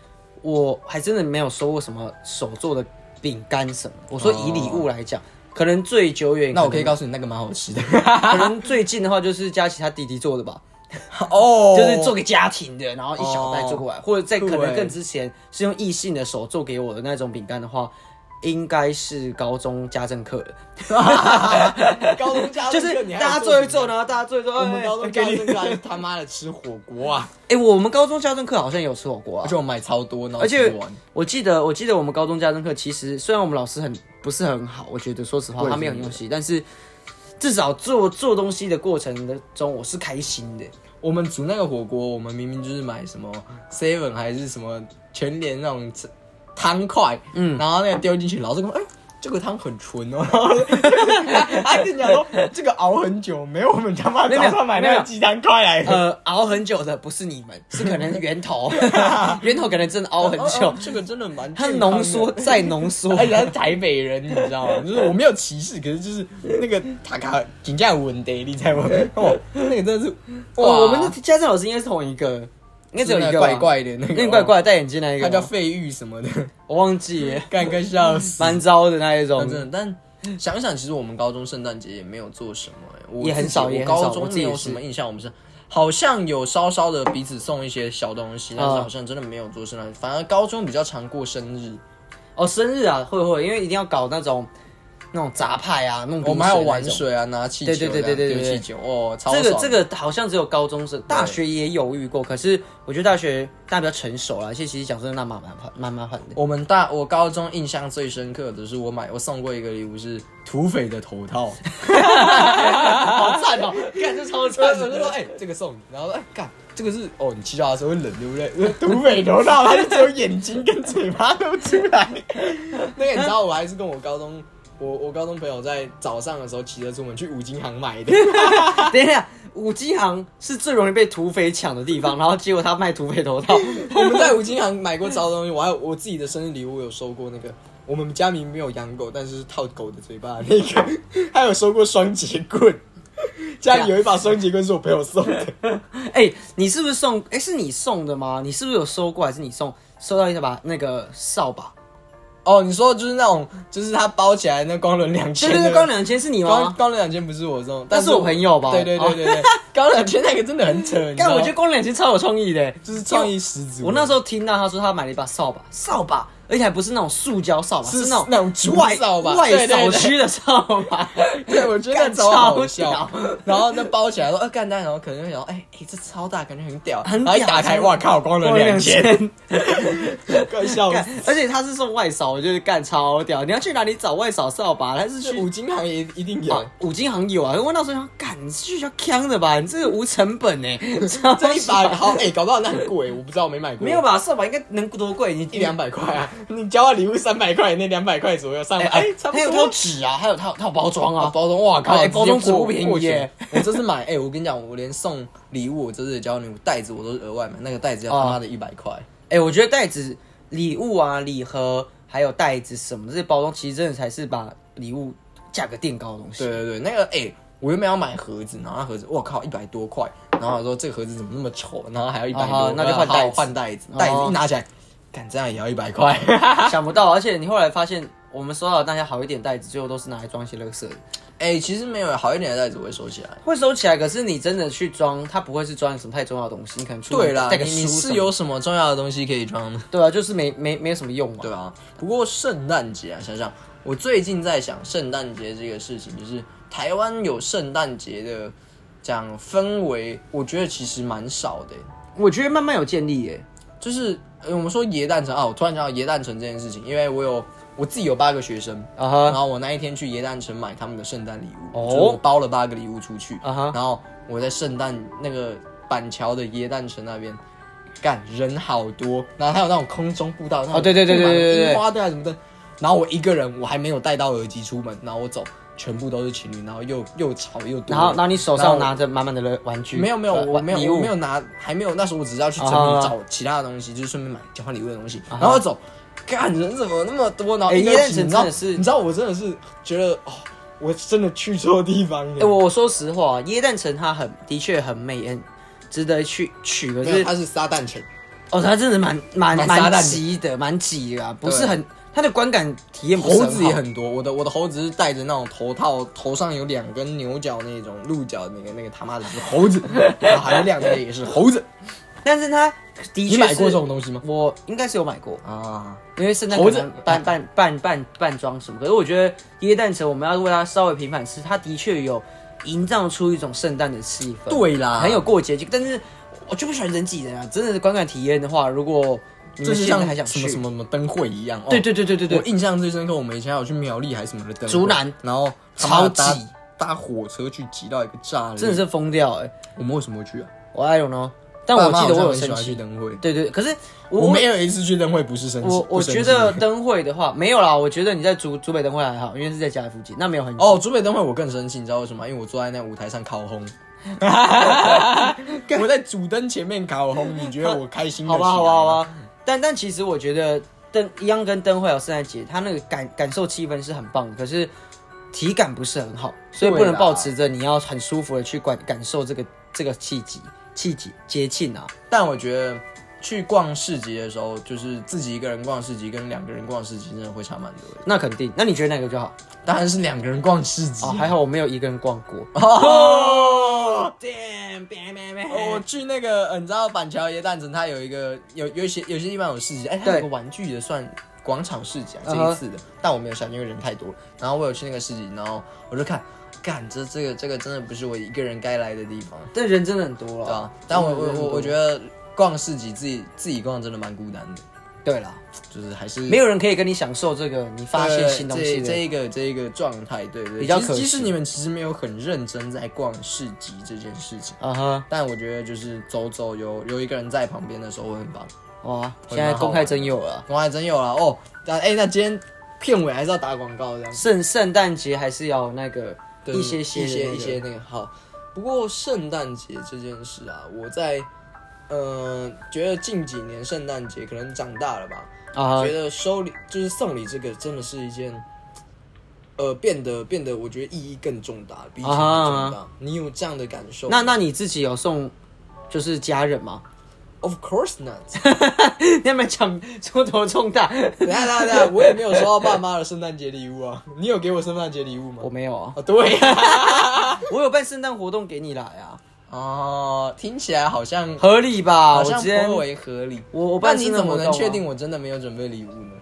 [SPEAKER 2] 我还真的没有收过什么手做的饼干什么。我说以礼物来讲，可能最久远，
[SPEAKER 1] 哦那我可以
[SPEAKER 2] 能
[SPEAKER 1] 告诉你，那个蛮好吃的
[SPEAKER 2] 可能最近的话就是佳琪他弟弟做的吧，
[SPEAKER 1] 哦
[SPEAKER 2] 就 是做给家庭的，然后一小袋做过来，或者在可
[SPEAKER 1] 酷欸
[SPEAKER 2] 能更之前是用异性的手做给我的那种饼干的话。应该是高中家政课的，
[SPEAKER 1] 高中家
[SPEAKER 2] 就
[SPEAKER 1] 政
[SPEAKER 2] 是
[SPEAKER 1] 课你还
[SPEAKER 2] 大家
[SPEAKER 1] 有
[SPEAKER 2] 做一
[SPEAKER 1] 什么
[SPEAKER 2] 做，然后大家做一做。
[SPEAKER 1] 我们高中家政
[SPEAKER 2] 课，
[SPEAKER 1] 课还是他妈的吃火锅啊，
[SPEAKER 2] 哎，我们高中家政课好像有吃火锅啊
[SPEAKER 1] 而，且我买超多，然后
[SPEAKER 2] 而且
[SPEAKER 1] 吃完
[SPEAKER 2] 我记得，我记得我们高中家政课，其实虽然我们老师很不是很好，我觉得说实
[SPEAKER 1] 我
[SPEAKER 2] 话
[SPEAKER 1] 也是
[SPEAKER 2] 他没有很用心，但是至少做做东西的过程的中，我是开心的。
[SPEAKER 1] 我们煮那个火锅，我们明明就是买什么 seven 还是什么全联那种汤块，嗯，然后那个丢进去，老师跟我说，哎、这个汤很纯哦，然后他跟你讲说，这个熬很久，没有我们他妈
[SPEAKER 2] 没有
[SPEAKER 1] 早
[SPEAKER 2] 没有
[SPEAKER 1] 上买
[SPEAKER 2] 没
[SPEAKER 1] 那
[SPEAKER 2] 有
[SPEAKER 1] 个鸡汤块来的。
[SPEAKER 2] 呃，熬很久的不是你 们，是可能源头，源头可能真的熬很久
[SPEAKER 1] 哦，这个真的蛮
[SPEAKER 2] 它
[SPEAKER 1] 健康的哎
[SPEAKER 2] 浓缩，再浓缩。
[SPEAKER 1] 而且他是台北人，你知道吗？就是我没有歧视，可是就是那个塔卡评价文得你 在我，哦，那个真的是哇，
[SPEAKER 2] 哦，我们的家政老师应该是同一个，应该只有一
[SPEAKER 1] 那
[SPEAKER 2] 个吧
[SPEAKER 1] 怪，怪的那
[SPEAKER 2] 那
[SPEAKER 1] 个
[SPEAKER 2] 个怪，怪的戴眼镜那一
[SPEAKER 1] 他
[SPEAKER 2] 个
[SPEAKER 1] 叫
[SPEAKER 2] 吗，
[SPEAKER 1] 费玉什么的，
[SPEAKER 2] 我忘记了，
[SPEAKER 1] 干个笑死。
[SPEAKER 2] 蛮糟的那一种
[SPEAKER 1] 啊。真的，但想一想，其实我们高中圣诞节也没有做什么、欸，我
[SPEAKER 2] 也很少
[SPEAKER 1] 自己
[SPEAKER 2] 也
[SPEAKER 1] 我
[SPEAKER 2] 很少
[SPEAKER 1] 高
[SPEAKER 2] 我
[SPEAKER 1] 中
[SPEAKER 2] 自己
[SPEAKER 1] 没
[SPEAKER 2] 也
[SPEAKER 1] 有
[SPEAKER 2] 是
[SPEAKER 1] 什么印象，我们是好像有稍稍的彼此送一些小东西，但是
[SPEAKER 2] 啊
[SPEAKER 1] 好像真的没有做圣诞，反而高中比较常过生日，
[SPEAKER 2] 哦，生日啊，会会，因为一定要搞那种那种杂派啊，弄
[SPEAKER 1] 我们还有玩
[SPEAKER 2] 水。
[SPEAKER 1] 水啊，拿气球
[SPEAKER 2] 对
[SPEAKER 1] 这样，
[SPEAKER 2] 对对对对对
[SPEAKER 1] 丢
[SPEAKER 2] 对
[SPEAKER 1] 气球，哦，超
[SPEAKER 2] 这个
[SPEAKER 1] 爽
[SPEAKER 2] 这个好像只有高中生，大学也有遇过。可是我觉得大学大家比较成熟了，而且其实讲真的，那蛮麻烦，蛮麻烦的。
[SPEAKER 1] 我们大我高中印象最深刻的是我买我送过一个礼物是土匪的头 套，
[SPEAKER 2] 好赞哦，看这超
[SPEAKER 1] 我就说哎、这个送你，然后说哎干、这个是哦你骑脚踏车会冷对不对？土匪头套，它就只有眼睛跟嘴巴都出来。那个你知道我还是跟我高中我我高中朋友在早上的时候骑车出门去五金行买的，
[SPEAKER 2] 等一下，五金行是最容易被土匪抢的地方，然后结果他卖土匪头套，
[SPEAKER 1] 我们在五金行买过超多东西，我还有我自己的生日礼物有收过那个。我们家明明没有养狗，但是是套狗的嘴巴的那 个，还有收过双节棍，家里有一把双节棍是我朋友送 的。
[SPEAKER 2] 哎、你是不是送？哎、是你送的吗？你是不是有收过？还是你送收到一把那个扫把？
[SPEAKER 1] 哦，你说就是那种，就是他包起来那光轮两
[SPEAKER 2] 对
[SPEAKER 1] 千，
[SPEAKER 2] 对对，光两千是你
[SPEAKER 1] 光
[SPEAKER 2] 吗？
[SPEAKER 1] 光两千不是我送，
[SPEAKER 2] 那是我朋友吧
[SPEAKER 1] 对对对对 对，光两千那个真的很扯，你知
[SPEAKER 2] 但
[SPEAKER 1] 道
[SPEAKER 2] 我
[SPEAKER 1] 吗
[SPEAKER 2] 觉得光两千超有创意的、
[SPEAKER 1] 就是创意十足。
[SPEAKER 2] 我那时
[SPEAKER 1] 候
[SPEAKER 2] 候听到他说他买了一把扫把，扫把，而且还不是那种塑胶扫把，
[SPEAKER 1] 是
[SPEAKER 2] 是那种
[SPEAKER 1] 那种竹
[SPEAKER 2] 外
[SPEAKER 1] 扫把
[SPEAKER 2] 外
[SPEAKER 1] 对对
[SPEAKER 2] 扫
[SPEAKER 1] 对
[SPEAKER 2] 区的扫把。
[SPEAKER 1] 对，我觉得那
[SPEAKER 2] 干
[SPEAKER 1] 超好
[SPEAKER 2] 超
[SPEAKER 1] 笑
[SPEAKER 2] 屌。
[SPEAKER 1] 然后那包起来说，呃，干单，然后可能会想，哎哎，这超大，感觉很屌。
[SPEAKER 2] 很
[SPEAKER 1] 然后一
[SPEAKER 2] 屌
[SPEAKER 1] 打开，
[SPEAKER 2] 真的
[SPEAKER 1] 哇靠，光 轮两千， 快笑
[SPEAKER 2] 干
[SPEAKER 1] 死。
[SPEAKER 2] 而且他是送外扫，我觉得干超屌。你要去哪里找外扫扫把？他是
[SPEAKER 1] 这
[SPEAKER 2] 去
[SPEAKER 1] 五金行也一定有
[SPEAKER 2] 啊，五金行有啊。我那时候想，干，你是去要坑的吧？你这个无成本 呢、
[SPEAKER 1] 这一把好，哎，搞不好那很贵，我不知道，我没买过。
[SPEAKER 2] 啊没有吧？扫把应该能多贵？你
[SPEAKER 1] 一两。百块啊，你交换礼物三百块，那两百块左右上
[SPEAKER 2] 哎
[SPEAKER 1] 百，哎，差不
[SPEAKER 2] 还有
[SPEAKER 1] 多。
[SPEAKER 2] 它有纸啊，还有它有它有包装
[SPEAKER 1] 啊，
[SPEAKER 2] 啊，
[SPEAKER 1] 包装哇靠，
[SPEAKER 2] 哎
[SPEAKER 1] 直接
[SPEAKER 2] 包装
[SPEAKER 1] 过
[SPEAKER 2] 不便宜
[SPEAKER 1] 过去
[SPEAKER 2] 耶
[SPEAKER 1] 我这次买，哎、我跟你讲，我连送礼物，我这次交换礼物袋子我都是额外买，那个袋子
[SPEAKER 2] 啊
[SPEAKER 1] 要他妈的一百块。
[SPEAKER 2] 哎、我觉得袋子、礼物啊、礼盒，还有袋子什么的这些包装，其实真的才是把礼物价格垫高的东西。
[SPEAKER 1] 对对对，那个哎、我原本要买盒子，然后那盒子我靠一百多块，然后我说这个盒子怎么那么丑，然后还要一百多、
[SPEAKER 2] 啊哈那就换
[SPEAKER 1] 然后
[SPEAKER 2] 袋子
[SPEAKER 1] 换袋子，
[SPEAKER 2] 哦
[SPEAKER 1] 袋子一拿起来，干这样也要一百块。
[SPEAKER 2] 想不到，而且你后来发现，我们收到的那些好一点袋子，最后都是拿来装一些垃圾的，
[SPEAKER 1] 哎、其实没有好一点的袋子我会收起来。
[SPEAKER 2] 会收起来。可是你真的去装，它不会是装什么太重要的东西，你可能出门
[SPEAKER 1] 对啦，
[SPEAKER 2] 带
[SPEAKER 1] 你
[SPEAKER 2] 个书
[SPEAKER 1] 你
[SPEAKER 2] 什
[SPEAKER 1] 是
[SPEAKER 2] 么
[SPEAKER 1] 有什么重要的东西可以装的？
[SPEAKER 2] 对啊，就是没没没有什么用嘛。
[SPEAKER 1] 对啊，不过圣诞节啊，想想我最近在想圣诞节这个事情，就是台湾有圣诞节的讲氛围，我觉得其实蛮少的、欸
[SPEAKER 2] 我觉得慢慢有建立耶、
[SPEAKER 1] 就是、呃我们说耶诞城啊，我突然想到耶诞城这件事情，因为我有我自己有八个学生，
[SPEAKER 2] 啊
[SPEAKER 1] 然
[SPEAKER 2] 哈，
[SPEAKER 1] 后我那一天去耶诞城买他们的圣诞礼物，
[SPEAKER 2] 哦
[SPEAKER 1] 就是我包了八个礼物出去，
[SPEAKER 2] 啊哈，
[SPEAKER 1] 然后我在圣诞那个板桥的耶诞城那边。干人好多，然后还有那种空中步道，那种
[SPEAKER 2] 哦对对对
[SPEAKER 1] 布满
[SPEAKER 2] 对对对对
[SPEAKER 1] 樱花对啊什么的。然后我一个人，我还没有戴到耳机出门，然后我走，全部都是情侣，然后又又吵又多人。
[SPEAKER 2] 然后然后你手
[SPEAKER 1] 然后
[SPEAKER 2] 上
[SPEAKER 1] 我
[SPEAKER 2] 拿着满满的乐玩具，
[SPEAKER 1] 没有没有，
[SPEAKER 2] 呃
[SPEAKER 1] 我没
[SPEAKER 2] 礼
[SPEAKER 1] 有我
[SPEAKER 2] 物
[SPEAKER 1] 没有拿，还没有。那时候我只是要去
[SPEAKER 2] 啊
[SPEAKER 1] 成
[SPEAKER 2] 哈
[SPEAKER 1] 品找其他的东西，就是顺便买交换礼物的东西。然后走，干人怎么那么多？然后
[SPEAKER 2] 哎
[SPEAKER 1] 一个
[SPEAKER 2] 耶
[SPEAKER 1] 人去你知道
[SPEAKER 2] 诞城真的是
[SPEAKER 1] 你知道我真的是觉得哦，我真的去错地方
[SPEAKER 2] 哎、
[SPEAKER 1] 了。
[SPEAKER 2] 我我说实话，耶诞城它很的确很美，很值得去去。可
[SPEAKER 1] 没有，
[SPEAKER 2] 是
[SPEAKER 1] 它是撒旦城，
[SPEAKER 2] 哦，它真的蛮蛮
[SPEAKER 1] 蛮撒旦
[SPEAKER 2] 蛮
[SPEAKER 1] 的
[SPEAKER 2] 挤的，蛮挤的、啊，不
[SPEAKER 1] 对
[SPEAKER 2] 是很它的观感体验不是
[SPEAKER 1] 猴
[SPEAKER 2] 很
[SPEAKER 1] 子也
[SPEAKER 2] 好
[SPEAKER 1] 很多。我的我的猴子是戴着那种头套，头上有两根牛角那种鹿角，那个那个他妈的是猴 子，然后还有两个也是猴子。
[SPEAKER 2] 但是它的确
[SPEAKER 1] 你买
[SPEAKER 2] 是
[SPEAKER 1] 过这种东西吗？
[SPEAKER 2] 我应该是有买过，
[SPEAKER 1] 啊，
[SPEAKER 2] 因为圣诞
[SPEAKER 1] 猴
[SPEAKER 2] 可
[SPEAKER 1] 子啊
[SPEAKER 2] 能半半半半半装什么。可是我觉得耶诞城我们要为它稍微平反是，它的确有营造出一种圣诞的气氛，
[SPEAKER 1] 对啦，
[SPEAKER 2] 很有过节气。但是我就不喜欢人挤人啊，真的是观感体验的话，如果你
[SPEAKER 1] 就
[SPEAKER 2] 们
[SPEAKER 1] 是
[SPEAKER 2] 现在
[SPEAKER 1] 像
[SPEAKER 2] 还想
[SPEAKER 1] 什
[SPEAKER 2] 去
[SPEAKER 1] 么什么什么灯会一样。哦
[SPEAKER 2] 对对对对对对
[SPEAKER 1] 我，印象最深刻，我们以前还有去苗栗还是什么的灯会
[SPEAKER 2] 竹南，
[SPEAKER 1] 然后他妈的
[SPEAKER 2] 超挤
[SPEAKER 1] 搭搭火车去挤到一个炸裂，
[SPEAKER 2] 真的是疯掉哎、
[SPEAKER 1] 我们为什么会去啊？
[SPEAKER 2] 我 I don't know，但我记得我
[SPEAKER 1] 我
[SPEAKER 2] 有
[SPEAKER 1] 喜
[SPEAKER 2] 生
[SPEAKER 1] 欢去
[SPEAKER 2] 气。
[SPEAKER 1] 灯会，
[SPEAKER 2] 对对，可是
[SPEAKER 1] 我
[SPEAKER 2] 我
[SPEAKER 1] 没有一次去灯会不是生气，
[SPEAKER 2] 我
[SPEAKER 1] 不
[SPEAKER 2] 我
[SPEAKER 1] 生
[SPEAKER 2] 觉
[SPEAKER 1] 气
[SPEAKER 2] 得灯会的话没有啦，我觉得你在竹竹北灯会还好，因为是在家里附近，那没有很
[SPEAKER 1] 哦，竹北灯会我更生气，你知道为什么吗？因为我坐在那舞台上烤 烘。我在主灯前面烤烘，你觉得我开心得
[SPEAKER 2] 嗯好
[SPEAKER 1] 起来
[SPEAKER 2] 吧
[SPEAKER 1] 吗
[SPEAKER 2] 好吧 好吧。但但其实我觉得灯一样跟灯会有圣诞节，它那个感感受气氛是很棒的，可是体感不是很好，所以
[SPEAKER 1] 对
[SPEAKER 2] 不能
[SPEAKER 1] 啦
[SPEAKER 2] 保持着你要很舒服的去感感受这个这个气节气节节庆啊。
[SPEAKER 1] 但我觉得去逛市集的时候，就是自己一个人逛市集跟两个人逛市集真的会差蛮多的。
[SPEAKER 2] 那肯定，那你觉得哪个就好？
[SPEAKER 1] 当然是两个人逛市集
[SPEAKER 2] 哦，还好我没有一个人逛 过。
[SPEAKER 1] 哦。
[SPEAKER 2] Damn，bang, bang, bang
[SPEAKER 1] 我去那个，呃你知道板桥椰蛋城，它有一个有有一些有些地方有市集，哎、它有
[SPEAKER 2] 对
[SPEAKER 1] 个玩具的算广场市集啊，这
[SPEAKER 2] 嗯哼
[SPEAKER 1] 一次的但我没有下去，因为人太多了。然后我有去那个市集，然后我就看，干这这个这个真的不是我一个人该来的地方，
[SPEAKER 2] 但人真的很多了，
[SPEAKER 1] 对啊。但我
[SPEAKER 2] 真的
[SPEAKER 1] 我
[SPEAKER 2] 人很
[SPEAKER 1] 我
[SPEAKER 2] 多
[SPEAKER 1] 我觉得逛市集自己自己逛真的蛮孤单的，
[SPEAKER 2] 对啦，
[SPEAKER 1] 就是还是
[SPEAKER 2] 没有人可以跟你享受这个你发现
[SPEAKER 1] 对
[SPEAKER 2] 新东西
[SPEAKER 1] 这
[SPEAKER 2] 的
[SPEAKER 1] 这一个这一个状态，对对，
[SPEAKER 2] 比较
[SPEAKER 1] 其实
[SPEAKER 2] 可惜
[SPEAKER 1] 即使你们其实没有很认真在逛市集这件事情。
[SPEAKER 2] 啊哈
[SPEAKER 1] 但我觉得就是走走有有一个人在旁边的时候会很棒。
[SPEAKER 2] 哇！
[SPEAKER 1] 会
[SPEAKER 2] 现
[SPEAKER 1] 蛮
[SPEAKER 2] 在
[SPEAKER 1] 好
[SPEAKER 2] 公
[SPEAKER 1] 玩
[SPEAKER 2] 开真有了，
[SPEAKER 1] 我还真有啦哦。但哎、那今天片尾还是要打广告这样。
[SPEAKER 2] 圣圣诞节还是要有那个
[SPEAKER 1] 对
[SPEAKER 2] 一些
[SPEAKER 1] 一
[SPEAKER 2] 些
[SPEAKER 1] 些一些那个好。不过圣诞节这件事啊，我在呃觉得近几年圣诞节可能长大了吧，
[SPEAKER 2] 啊哈
[SPEAKER 1] 觉得收礼就是送礼这个真的是一件。呃，变得变得，我觉得意义更重大，比以前更重大。你有这样的感受？
[SPEAKER 2] 那那你自己有送就是家人吗？
[SPEAKER 1] Of course not。
[SPEAKER 2] 你有没有讲出头重大？
[SPEAKER 1] 等一下等一下等一下，我也没有收到爸妈的圣诞节礼物啊。 你有给我圣诞节礼物吗
[SPEAKER 2] 我？没有啊，
[SPEAKER 1] 哦，对呀、
[SPEAKER 2] 我有办圣诞活动给你来啊，
[SPEAKER 1] 哦，听起来好像
[SPEAKER 2] 合理吧？
[SPEAKER 1] 好
[SPEAKER 2] 我
[SPEAKER 1] 像
[SPEAKER 2] 今天
[SPEAKER 1] 颇为合理。
[SPEAKER 2] 我我
[SPEAKER 1] 那
[SPEAKER 2] 办
[SPEAKER 1] 你
[SPEAKER 2] 圣
[SPEAKER 1] 怎
[SPEAKER 2] 诞活
[SPEAKER 1] 么
[SPEAKER 2] 动啊
[SPEAKER 1] 能确定我真的没有准备礼物呢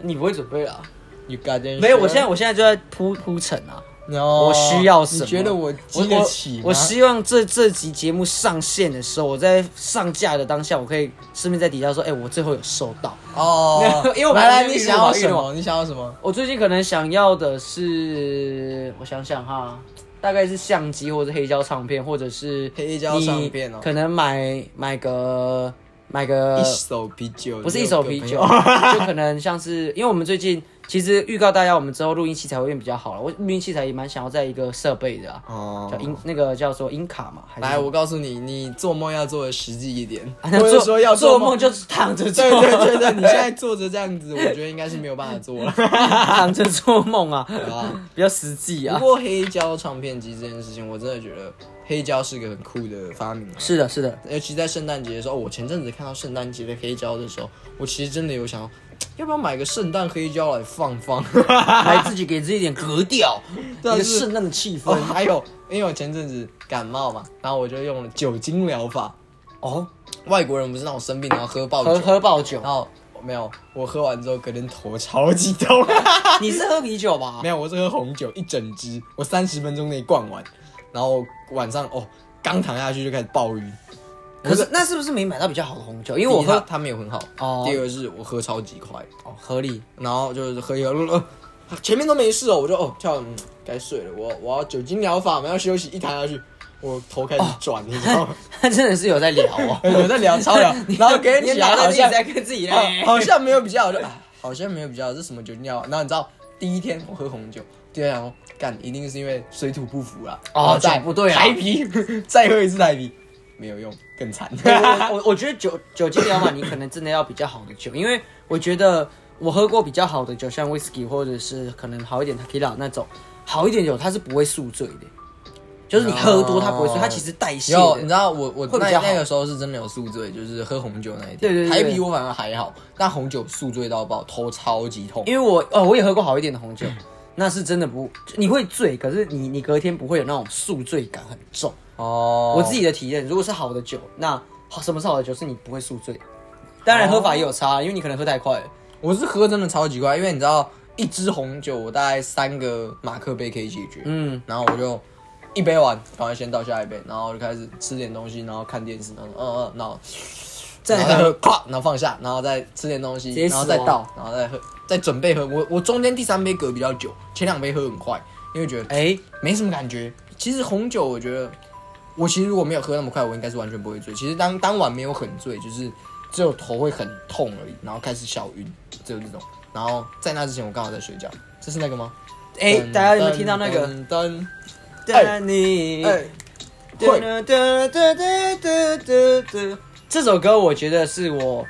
[SPEAKER 2] 你不会准备啊？
[SPEAKER 1] ？You got it？
[SPEAKER 2] 没有，我现在我现在就在铺铺陈啊。
[SPEAKER 1] 在
[SPEAKER 2] 我需要什么？
[SPEAKER 1] 哦你觉得我
[SPEAKER 2] 我
[SPEAKER 1] 经得起吗
[SPEAKER 2] 我我希望这这集节目上线的时候，我在上架的当下，我可以顺便在底下说，哎、我最后有收到。
[SPEAKER 1] 哦，
[SPEAKER 2] 因为我本
[SPEAKER 1] 来来，
[SPEAKER 2] 来就
[SPEAKER 1] 你
[SPEAKER 2] 预
[SPEAKER 1] 想
[SPEAKER 2] 录好
[SPEAKER 1] 要什
[SPEAKER 2] 预录
[SPEAKER 1] 么？
[SPEAKER 2] 好
[SPEAKER 1] 你想要什么？
[SPEAKER 2] 我最近可能想要的是，我想想哈，大概是相机或者黑胶唱片，或者是
[SPEAKER 1] 黑胶唱片哦
[SPEAKER 2] 你可能买买个买个
[SPEAKER 1] 一手啤酒，
[SPEAKER 2] 呃不是一手啤酒， 就可能像是因为我们最近其实预告大家，我们之后录音器材会变比较好了。我录音器材也蛮想要在一个设备的啊。
[SPEAKER 1] 哦
[SPEAKER 2] 叫。音那个叫做音卡嘛，还是
[SPEAKER 1] 来， 我告诉你，你做梦要做的实际一点，
[SPEAKER 2] 啊
[SPEAKER 1] 或
[SPEAKER 2] 那
[SPEAKER 1] 者
[SPEAKER 2] 做
[SPEAKER 1] 说要
[SPEAKER 2] 做
[SPEAKER 1] 梦
[SPEAKER 2] 梦就是躺着 做，
[SPEAKER 1] 对对对对，你现在坐着这样子，我觉得应该是没有办法做了。
[SPEAKER 2] 躺着做 梦啊，
[SPEAKER 1] 啊
[SPEAKER 2] 比较实际
[SPEAKER 1] 不
[SPEAKER 2] 啊。
[SPEAKER 1] 过黑胶唱片机这件事情，我真的觉得黑胶是个很酷的发明啊。
[SPEAKER 2] 是的，是的，
[SPEAKER 1] 尤其在圣诞节的时候，哦我前阵子看到圣诞节的黑胶的时候，我其实真的有想要，要不要买个圣诞黑胶来放放？
[SPEAKER 2] 来自己给自己一点格调，一
[SPEAKER 1] 对啊
[SPEAKER 2] 个
[SPEAKER 1] 就是
[SPEAKER 2] 圣诞的气氛
[SPEAKER 1] 哦，还有，因为我前阵子感冒嘛，然后我就用了酒精疗法。
[SPEAKER 2] 哦。
[SPEAKER 1] 外国人不是那种生病然后喝爆
[SPEAKER 2] 喝
[SPEAKER 1] 酒，
[SPEAKER 2] 哦喝爆酒啊
[SPEAKER 1] 然，后没有，我喝完之后隔天头超级痛。
[SPEAKER 2] 你是喝啤酒吧？
[SPEAKER 1] 没有，我是喝红酒一整支，我三十分钟内灌完，然后晚上哦刚躺下去就开始暴晕。
[SPEAKER 2] 可是那是不是没买到比较好的红酒？因
[SPEAKER 1] 因
[SPEAKER 2] 为我
[SPEAKER 1] 它
[SPEAKER 2] 喝
[SPEAKER 1] 它没有很好，
[SPEAKER 2] 哦
[SPEAKER 1] 第二个是我喝超级快，
[SPEAKER 2] 哦合理，
[SPEAKER 1] 然后就是喝一喝，呃前面都没事哦，我就哦跳，嗯该睡了，我我要酒精疗法，我们要休息，一躺下去。我头开始转，你知道吗？
[SPEAKER 2] 他真的是哦 有在聊哦。
[SPEAKER 1] 我在聊超聊，然后跟
[SPEAKER 2] 你
[SPEAKER 1] 讲
[SPEAKER 2] 拿
[SPEAKER 1] 好
[SPEAKER 2] 着自己
[SPEAKER 1] 像
[SPEAKER 2] 在跟自己聊
[SPEAKER 1] 好， 好像没有比较好，就哎，好像没有比较好，这什么酒精药？然后你知道，第一天我喝红酒，第二天我干，一定是因为水土不服啦，
[SPEAKER 2] 哦
[SPEAKER 1] 然后再
[SPEAKER 2] 酒不对啊
[SPEAKER 1] 台啤， 再喝一次台啤，没有用，更 惨。
[SPEAKER 2] 我我我觉得酒酒精疗法，你可能真的要比较好的酒，因为我觉得我喝过比较好的酒，像 whisky 或者是可能好一点 tequila 那种好一点酒，它是不会宿醉的，就是你喝多它不会醉，它其实代谢
[SPEAKER 1] 有，你知
[SPEAKER 2] 的。
[SPEAKER 1] 道我我
[SPEAKER 2] 会比
[SPEAKER 1] 那
[SPEAKER 2] 较好
[SPEAKER 1] 那个时候是真的有宿醉，就是喝红酒那一天。
[SPEAKER 2] 对对对
[SPEAKER 1] 台啤我反而还好，但红酒宿醉到爆，头超级痛。
[SPEAKER 2] 因为我哦，我也喝过好一点的红酒，那是真的不你会醉，可是你你隔天不会有那种宿醉感很重。
[SPEAKER 1] 哦，
[SPEAKER 2] 我自己的体验，如果是好的酒，那好什么是好的酒？是你不会宿醉。当然喝法也有差，因为你可能喝太快了。
[SPEAKER 1] 我是喝真的超级快，因为你知道，一支红酒我大概三个马克杯可以解决。
[SPEAKER 2] 嗯，
[SPEAKER 1] 然后我就一杯完，赶快先倒下一杯，然后就开始吃点东西，然后看电视，然后嗯嗯，然后
[SPEAKER 2] 再
[SPEAKER 1] 然后再喝， 啪，然后放下，然后再吃点东西
[SPEAKER 2] 直接，死
[SPEAKER 1] 然后
[SPEAKER 2] 亡
[SPEAKER 1] 再倒，然后再喝，再准备喝。我我中间第三杯隔比较久，前两杯喝很快，因为觉得哎、
[SPEAKER 2] 哎，
[SPEAKER 1] 没什么感觉。其实红酒我觉得，我其实如果没有喝那么快，我应该是完全不会醉。其实当当晚没有很醉，就是只有头会很痛而已，然后开始小晕，只有这种。然后在那之前我刚好在睡觉，这是那个吗？
[SPEAKER 2] 哎、大家有没有听到那个？
[SPEAKER 1] 噔？噔
[SPEAKER 2] 带你？
[SPEAKER 1] 哎，
[SPEAKER 2] 哒
[SPEAKER 1] 会
[SPEAKER 2] 哒哒哒哒哒哒这首歌我觉得是我，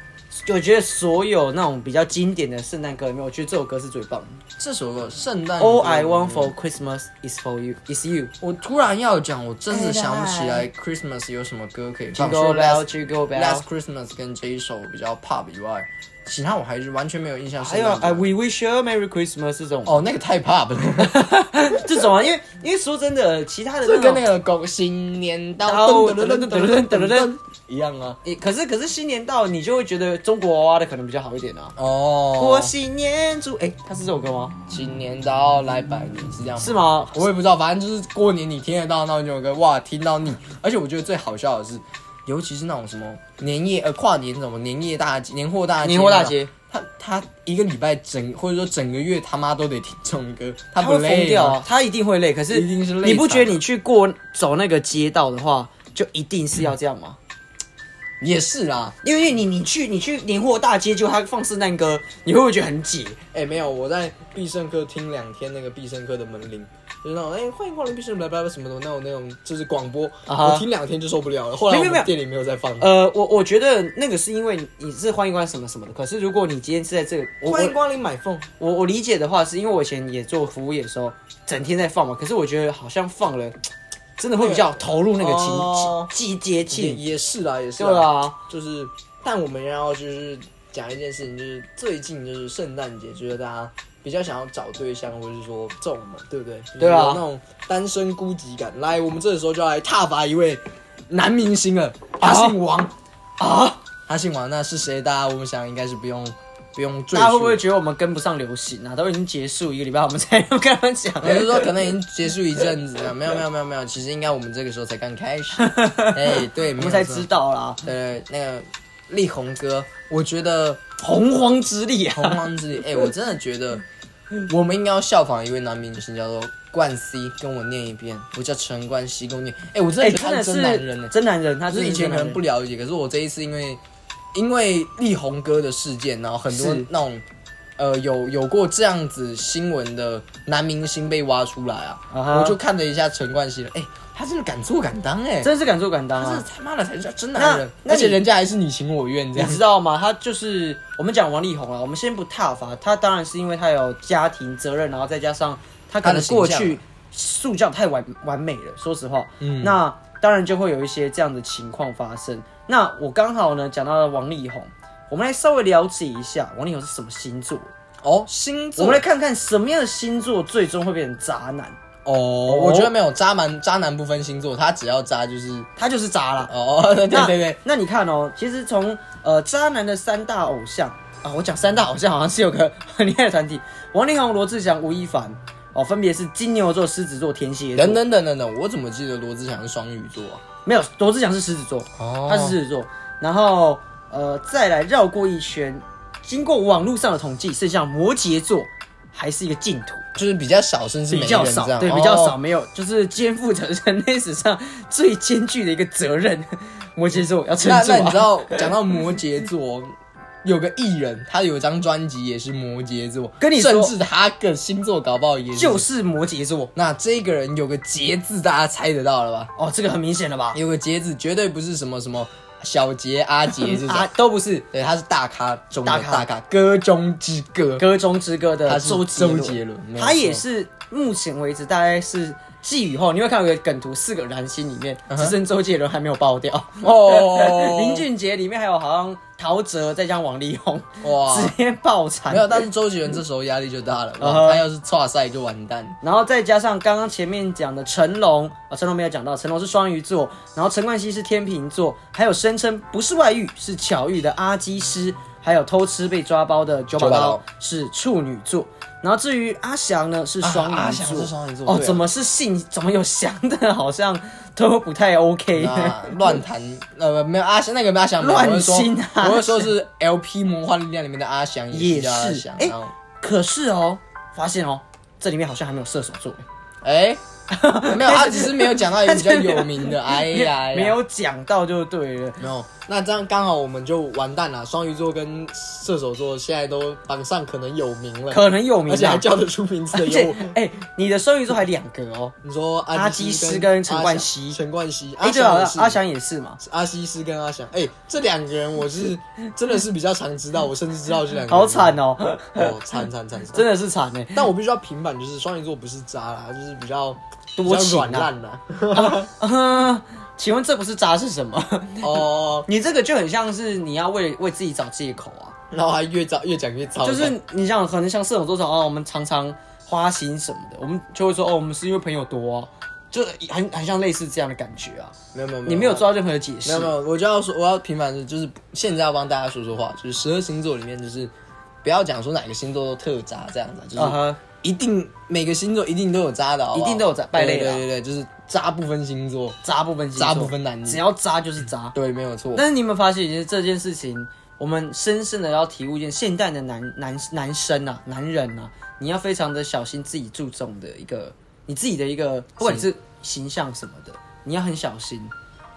[SPEAKER 2] 我觉得所有那种比较经典的圣诞歌里面，我觉得这首歌是最棒的。嗯
[SPEAKER 1] 这首歌《圣诞歌
[SPEAKER 2] All 哦 Oh, I want for Christmas is for you, is you.
[SPEAKER 1] 我突然要讲，我真的想不起
[SPEAKER 2] 哎
[SPEAKER 1] 来 Christmas 有什么歌可以放。除
[SPEAKER 2] Jingle
[SPEAKER 1] 了 Last
[SPEAKER 2] bell, jingle
[SPEAKER 1] Last
[SPEAKER 2] bell.
[SPEAKER 1] Christmas 跟这一首比较 pop 以外，其他我还是完全没有印象。
[SPEAKER 2] 还有哎，We wish you a Merry Christmas 这种，
[SPEAKER 1] 哦，那个太 pop 了，
[SPEAKER 2] 这种啊，因为因为说真的，其他的
[SPEAKER 1] 这
[SPEAKER 2] 那
[SPEAKER 1] 跟那
[SPEAKER 2] 种，
[SPEAKER 1] 个狗新年到噔噔噔噔噔噔噔噔一样啊。
[SPEAKER 2] 诶可是可是新年到，你就会觉得中国娃娃的可能比较好一点啊。
[SPEAKER 1] 哦，
[SPEAKER 2] 过新年祝，哎，它是这首歌吗？
[SPEAKER 1] 新年到来拜年是这样吗？
[SPEAKER 2] 是吗？
[SPEAKER 1] 我也不知道，反正就是过年你听得到那种歌，哇，听到腻。而且我觉得最好笑的是，尤其是那种什么年夜呃跨年什么年夜大街、年货大街、
[SPEAKER 2] 年货大街，
[SPEAKER 1] 他他一个礼拜整或者说整个月他妈都得听这种歌，他
[SPEAKER 2] 他
[SPEAKER 1] 不
[SPEAKER 2] 会
[SPEAKER 1] 累哦
[SPEAKER 2] 疯
[SPEAKER 1] 吗
[SPEAKER 2] 掉啊，他一定会累。可是
[SPEAKER 1] 一定是累
[SPEAKER 2] 你不
[SPEAKER 1] 惨
[SPEAKER 2] 觉得你去过走那个街道的话，就一定是要这样吗？
[SPEAKER 1] 也是啦，
[SPEAKER 2] 因为你你去你去年货大街，就他放圣诞歌，你会不会觉得很解？
[SPEAKER 1] 哎、没有，我在必胜客听两天那个必胜客的门铃，就是那种哎、欢迎光临必胜客，巴拉巴拉什么什么那种那种就是广播
[SPEAKER 2] 啊哈
[SPEAKER 1] 我听两天就受不了了。后来
[SPEAKER 2] 没
[SPEAKER 1] 我
[SPEAKER 2] 有没
[SPEAKER 1] 们
[SPEAKER 2] 有
[SPEAKER 1] 店里没有再放。
[SPEAKER 2] 呃，我我觉得那个是因为你是欢迎光临什么什么的。可是如果你今天是在这个，我
[SPEAKER 1] 欢迎
[SPEAKER 2] 我
[SPEAKER 1] 光临买凤，
[SPEAKER 2] 我我理解的话，是因为我以前也做服务业的时候，整天在放嘛。可是我觉得好像放了，真的会比较投入那个
[SPEAKER 1] 哦
[SPEAKER 2] 情季节
[SPEAKER 1] 也
[SPEAKER 2] 气。
[SPEAKER 1] 也是啦，也是
[SPEAKER 2] 对
[SPEAKER 1] 啦。
[SPEAKER 2] 啊，
[SPEAKER 1] 就是，但我们要就是讲一件事情，就是最近就是圣诞节，就是大家比较想要找对象，或者是说这种嘛，对不对？就是
[SPEAKER 2] 对啊
[SPEAKER 1] 有那种单身孤寂感。来，我们这个时候就要来挞伐一位男明星了，他姓王啊，他姓王，那是谁？大家我们想应该是不用不用赘
[SPEAKER 2] 大家会不会
[SPEAKER 1] 述。
[SPEAKER 2] 觉得我们跟不上流行啊？都已经结束一个礼拜，我们才 要跟他们讲。
[SPEAKER 1] 也就是说，可能已经结束一阵子了。没有，没有，没有，没有。其实应该我们这个时候才刚开 始。哎，对，
[SPEAKER 2] 我
[SPEAKER 1] 我
[SPEAKER 2] 们才知。道啦，
[SPEAKER 1] 呃，那个力宏哥，我觉得
[SPEAKER 2] 洪荒之力啊！
[SPEAKER 1] 洪荒之 力。哎、我真的觉得我们应该要效仿一位男明星，叫做冠希，跟我念一遍，我叫陈冠希，跟我念。哎、我真的觉
[SPEAKER 2] 真
[SPEAKER 1] 得他
[SPEAKER 2] 的
[SPEAKER 1] 是
[SPEAKER 2] 是
[SPEAKER 1] 真男人呢、欸
[SPEAKER 2] 真男人，他
[SPEAKER 1] 啊就是以前可能不
[SPEAKER 2] 理
[SPEAKER 1] 了解，可是我这一次因为因为力宏哥的事件，然后很多
[SPEAKER 2] 是
[SPEAKER 1] 那种呃有有过这样子新闻的男明星被挖出来啊
[SPEAKER 2] 啊哈
[SPEAKER 1] 我就看了一下陈冠希了，哎、他真的敢做敢当哎、
[SPEAKER 2] 真是敢做敢当
[SPEAKER 1] 他是
[SPEAKER 2] 啊！
[SPEAKER 1] 他妈的才叫真男人，
[SPEAKER 2] 那那
[SPEAKER 1] 而且
[SPEAKER 2] 你
[SPEAKER 1] 人家还是你情我愿这
[SPEAKER 2] 你
[SPEAKER 1] 样
[SPEAKER 2] 知。道吗？他就是我们讲王力宏啊，我们先不挞伐他，当然是因为他有家庭责任，然后再加上他可
[SPEAKER 1] 他的
[SPEAKER 2] 能
[SPEAKER 1] 形
[SPEAKER 2] 过
[SPEAKER 1] 象
[SPEAKER 2] 去塑造太完完美了，说实话，
[SPEAKER 1] 嗯
[SPEAKER 2] 那当然就会有一些这样的情况发生。那我刚好呢讲到了王力宏，我们来稍微了解一下王力宏是什么星座，
[SPEAKER 1] 哦，星
[SPEAKER 2] 我
[SPEAKER 1] 座
[SPEAKER 2] 们来看看什么样的星座最终会变成渣男。
[SPEAKER 1] 哦，我觉得没有渣男，渣男不分星座，他只要渣就是
[SPEAKER 2] 他就是渣啦。
[SPEAKER 1] 哦，对对对，
[SPEAKER 2] 那，那你看哦，其实从呃渣男的三大偶像，啊，我讲三大偶像好像是有个 很厉害的团体，王力宏、罗志祥、吴亦凡，哦，分别是金牛座、狮子座、天蝎座。
[SPEAKER 1] 等等等等等，我怎么记得罗志祥是双鱼座啊？
[SPEAKER 2] 没有，罗志祥是狮子座，
[SPEAKER 1] 哦
[SPEAKER 2] 他是狮子座。然后呃，再来绕过一圈，经过网络上的统计，剩下摩羯座还是一个净土，
[SPEAKER 1] 就是比较少，甚至
[SPEAKER 2] 比
[SPEAKER 1] 没
[SPEAKER 2] 较
[SPEAKER 1] 人这
[SPEAKER 2] 少，
[SPEAKER 1] 样
[SPEAKER 2] 对，比较少，
[SPEAKER 1] 哦
[SPEAKER 2] 没有，就是肩负着 人类史上最艰巨的一个责任。摩羯座要撑
[SPEAKER 1] 那
[SPEAKER 2] 住
[SPEAKER 1] 那你知
[SPEAKER 2] 啊！
[SPEAKER 1] 道，讲到摩羯座，有个艺人，他有一张专辑也是摩羯座，
[SPEAKER 2] 跟你说
[SPEAKER 1] 甚至他个星座搞不好也
[SPEAKER 2] 就是摩羯座
[SPEAKER 1] 那这个人有个“杰”字，大家猜得到了吧？
[SPEAKER 2] 哦，这个很明显了吧？
[SPEAKER 1] 有个“杰”字，绝对不是什么什么小杰、阿杰 这种，
[SPEAKER 2] 啊，都不是
[SPEAKER 1] 对，他是大咖中的
[SPEAKER 2] 大咖
[SPEAKER 1] 大咖，歌中之歌。
[SPEAKER 2] 歌中之歌的
[SPEAKER 1] 他是
[SPEAKER 2] 周
[SPEAKER 1] 周杰伦没有
[SPEAKER 2] 他也
[SPEAKER 1] 错
[SPEAKER 2] 是目前为止大概是季雨后，你会看到有个梗图，四个燃心里面
[SPEAKER 1] 嗯哼
[SPEAKER 2] 只剩周杰伦还没有爆掉，
[SPEAKER 1] 哦
[SPEAKER 2] 林俊杰里面还有好像陶喆再加上王力宏，
[SPEAKER 1] 哇
[SPEAKER 2] 直接爆产
[SPEAKER 1] 没。有，但是周杰伦这时候压力就 大了，
[SPEAKER 2] 嗯哼
[SPEAKER 1] 哇他要是差赛就完蛋。
[SPEAKER 2] 然后再加上刚刚前面讲的成龙啊，成龙没有讲到，成龙是双鱼座，然后陈冠希是天秤座，还有声称不是外遇是巧遇的阿基师，还有偷吃被抓包的九把
[SPEAKER 1] 九把刀
[SPEAKER 2] 刀是处女座。然后至于阿翔呢，是
[SPEAKER 1] 啊
[SPEAKER 2] 双鱼座。
[SPEAKER 1] 阿翔是双鱼座
[SPEAKER 2] 哦，
[SPEAKER 1] 对啊
[SPEAKER 2] 怎么是姓？怎么有翔的？好像都不太 OK。
[SPEAKER 1] 那乱弹，呃，没有阿翔那个没有阿翔，没有
[SPEAKER 2] 乱
[SPEAKER 1] 我是说
[SPEAKER 2] 心啊
[SPEAKER 1] 我是说是 LP 魔幻力量里面的阿翔
[SPEAKER 2] 也
[SPEAKER 1] 是叫阿
[SPEAKER 2] 是
[SPEAKER 1] 翔，，
[SPEAKER 2] 哎、
[SPEAKER 1] 然后
[SPEAKER 2] 可是哦，发现哦，这里面好像还没有射手座。
[SPEAKER 1] 哎，没有，他只是没有讲到一个比较有名的，哎
[SPEAKER 2] 没有
[SPEAKER 1] 呀，哎呀
[SPEAKER 2] 没有讲到就对了。
[SPEAKER 1] 没有，那这样刚好我们就完蛋了。双鱼座跟射手座现在都榜上可能有名了，
[SPEAKER 2] 可能有名
[SPEAKER 1] 而
[SPEAKER 2] 啊
[SPEAKER 1] 且还叫得出名字的
[SPEAKER 2] 而且
[SPEAKER 1] 有。，
[SPEAKER 2] 哎、你的双鱼座还两个哦。
[SPEAKER 1] 你说
[SPEAKER 2] 阿
[SPEAKER 1] 基
[SPEAKER 2] 基斯
[SPEAKER 1] 斯
[SPEAKER 2] 跟陈冠希
[SPEAKER 1] 阿翔陈冠希，
[SPEAKER 2] 哎、
[SPEAKER 1] 阿
[SPEAKER 2] 对啊
[SPEAKER 1] 翔也，是
[SPEAKER 2] 阿翔也是嘛。
[SPEAKER 1] 阿西斯跟阿翔，哎，这两个人我是真的是比较常知道，我甚至知道这两个人。
[SPEAKER 2] 好惨哦，
[SPEAKER 1] 哦，惨惨惨惨！
[SPEAKER 2] 真的是惨哎、
[SPEAKER 1] 但我必须要平反，就是双鱼座不是渣啦，就是比较
[SPEAKER 2] 多
[SPEAKER 1] 比较
[SPEAKER 2] 情啊
[SPEAKER 1] 软烂 啦。
[SPEAKER 2] 呃请问这不是渣是什么？
[SPEAKER 1] 哦，
[SPEAKER 2] 你这个就很像是你要为为自己找借口啊，
[SPEAKER 1] 然后还越糟越讲越糟，
[SPEAKER 2] 就是你想可能像射手座说哦，我们常常花心什么的，我们就会说哦，我们是因为朋友多、啊，就很很像类似这样的感觉啊。
[SPEAKER 1] 没有没有
[SPEAKER 2] 你没有做到任何的解释
[SPEAKER 1] 没有没有，我就要说，我要平反的，就是现在要帮大家说说话，就是十二星座里面，就是不要讲说哪个星座都特渣这样子，就
[SPEAKER 2] 啊
[SPEAKER 1] 是
[SPEAKER 2] 哈，
[SPEAKER 1] 一定每个星座一定都有渣的好不好，
[SPEAKER 2] 一定都有渣败类啊
[SPEAKER 1] 对
[SPEAKER 2] 啦
[SPEAKER 1] 对对对，就是渣不分星座，
[SPEAKER 2] 渣不分星座
[SPEAKER 1] 渣不分男女
[SPEAKER 2] 只要渣就是渣。
[SPEAKER 1] 对，没有错。
[SPEAKER 2] 但是你有没有发现，其实这件事情，我们深深的要体悟一件现代的男男男生啊，男人啊，你要非常的小心自己注重的一个你自己的一个，不管你是形象什么的，你要很小心。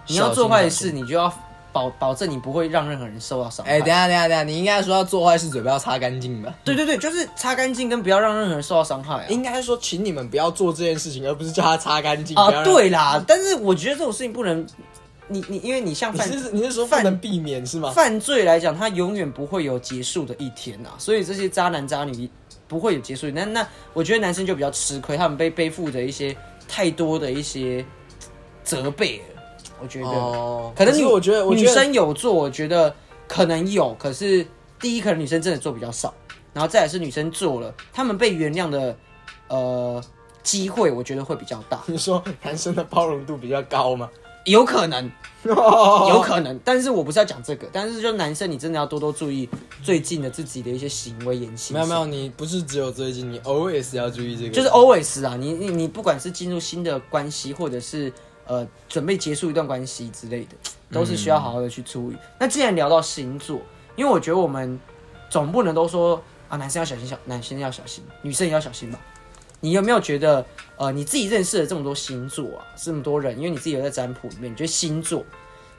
[SPEAKER 2] 你要做坏
[SPEAKER 1] 小
[SPEAKER 2] 事，你就要保保证你不会让任何人受到伤害。
[SPEAKER 1] 哎、等一下等一下等一下，你应该说要做坏事，嘴巴要擦干净吧？
[SPEAKER 2] 对对对，就是擦干净跟不要让任何人受到伤害啊。
[SPEAKER 1] 应该说，请你们不要做这件事情，而不是叫他擦干净。不要
[SPEAKER 2] 啊，
[SPEAKER 1] 让，
[SPEAKER 2] 对啦，但是我觉得这种事情不能，你你因为你像
[SPEAKER 1] 你
[SPEAKER 2] 犯
[SPEAKER 1] 是你是说不
[SPEAKER 2] 犯
[SPEAKER 1] 能避免是吗？
[SPEAKER 2] 犯罪来讲，它永远不会有结束的一天呐、所以这些渣男渣女不会有结束。那那我觉得男生就比较吃亏，他们被背负着一些太多的一些责备了。我觉得，
[SPEAKER 1] 哦，
[SPEAKER 2] 可能
[SPEAKER 1] 是
[SPEAKER 2] 女
[SPEAKER 1] 我觉得，我觉
[SPEAKER 2] 女
[SPEAKER 1] 得
[SPEAKER 2] 生有做，我觉得可能有，可是第一，可能女生真的做比较少，然后再来是女生做了，他们被原谅的呃机会，我觉得会比较大，
[SPEAKER 1] 你说男生的包容度比较高吗？
[SPEAKER 2] 有可能。 有
[SPEAKER 1] 有
[SPEAKER 2] 可能，但是我不是要讲这个，但是就男生你真的要多多注意最近的自己的一些行为言行。
[SPEAKER 1] 没有没有，，你不是只有最近，你 always 要注意这个。
[SPEAKER 2] 就是 always 啊，你你你不管是进入新的关系，或者是呃准备结束一段关系之类的，都是需要好好的去处
[SPEAKER 1] 嗯
[SPEAKER 2] 理。那既然聊到星座，因为我觉得我们总不能都说啊，男生要小心小，男生要小心，女生也要小心吧。你有没有觉得，呃，你自己认识了这么多星座啊，这么多人，因为你自己有在占卜里面，你觉得星座，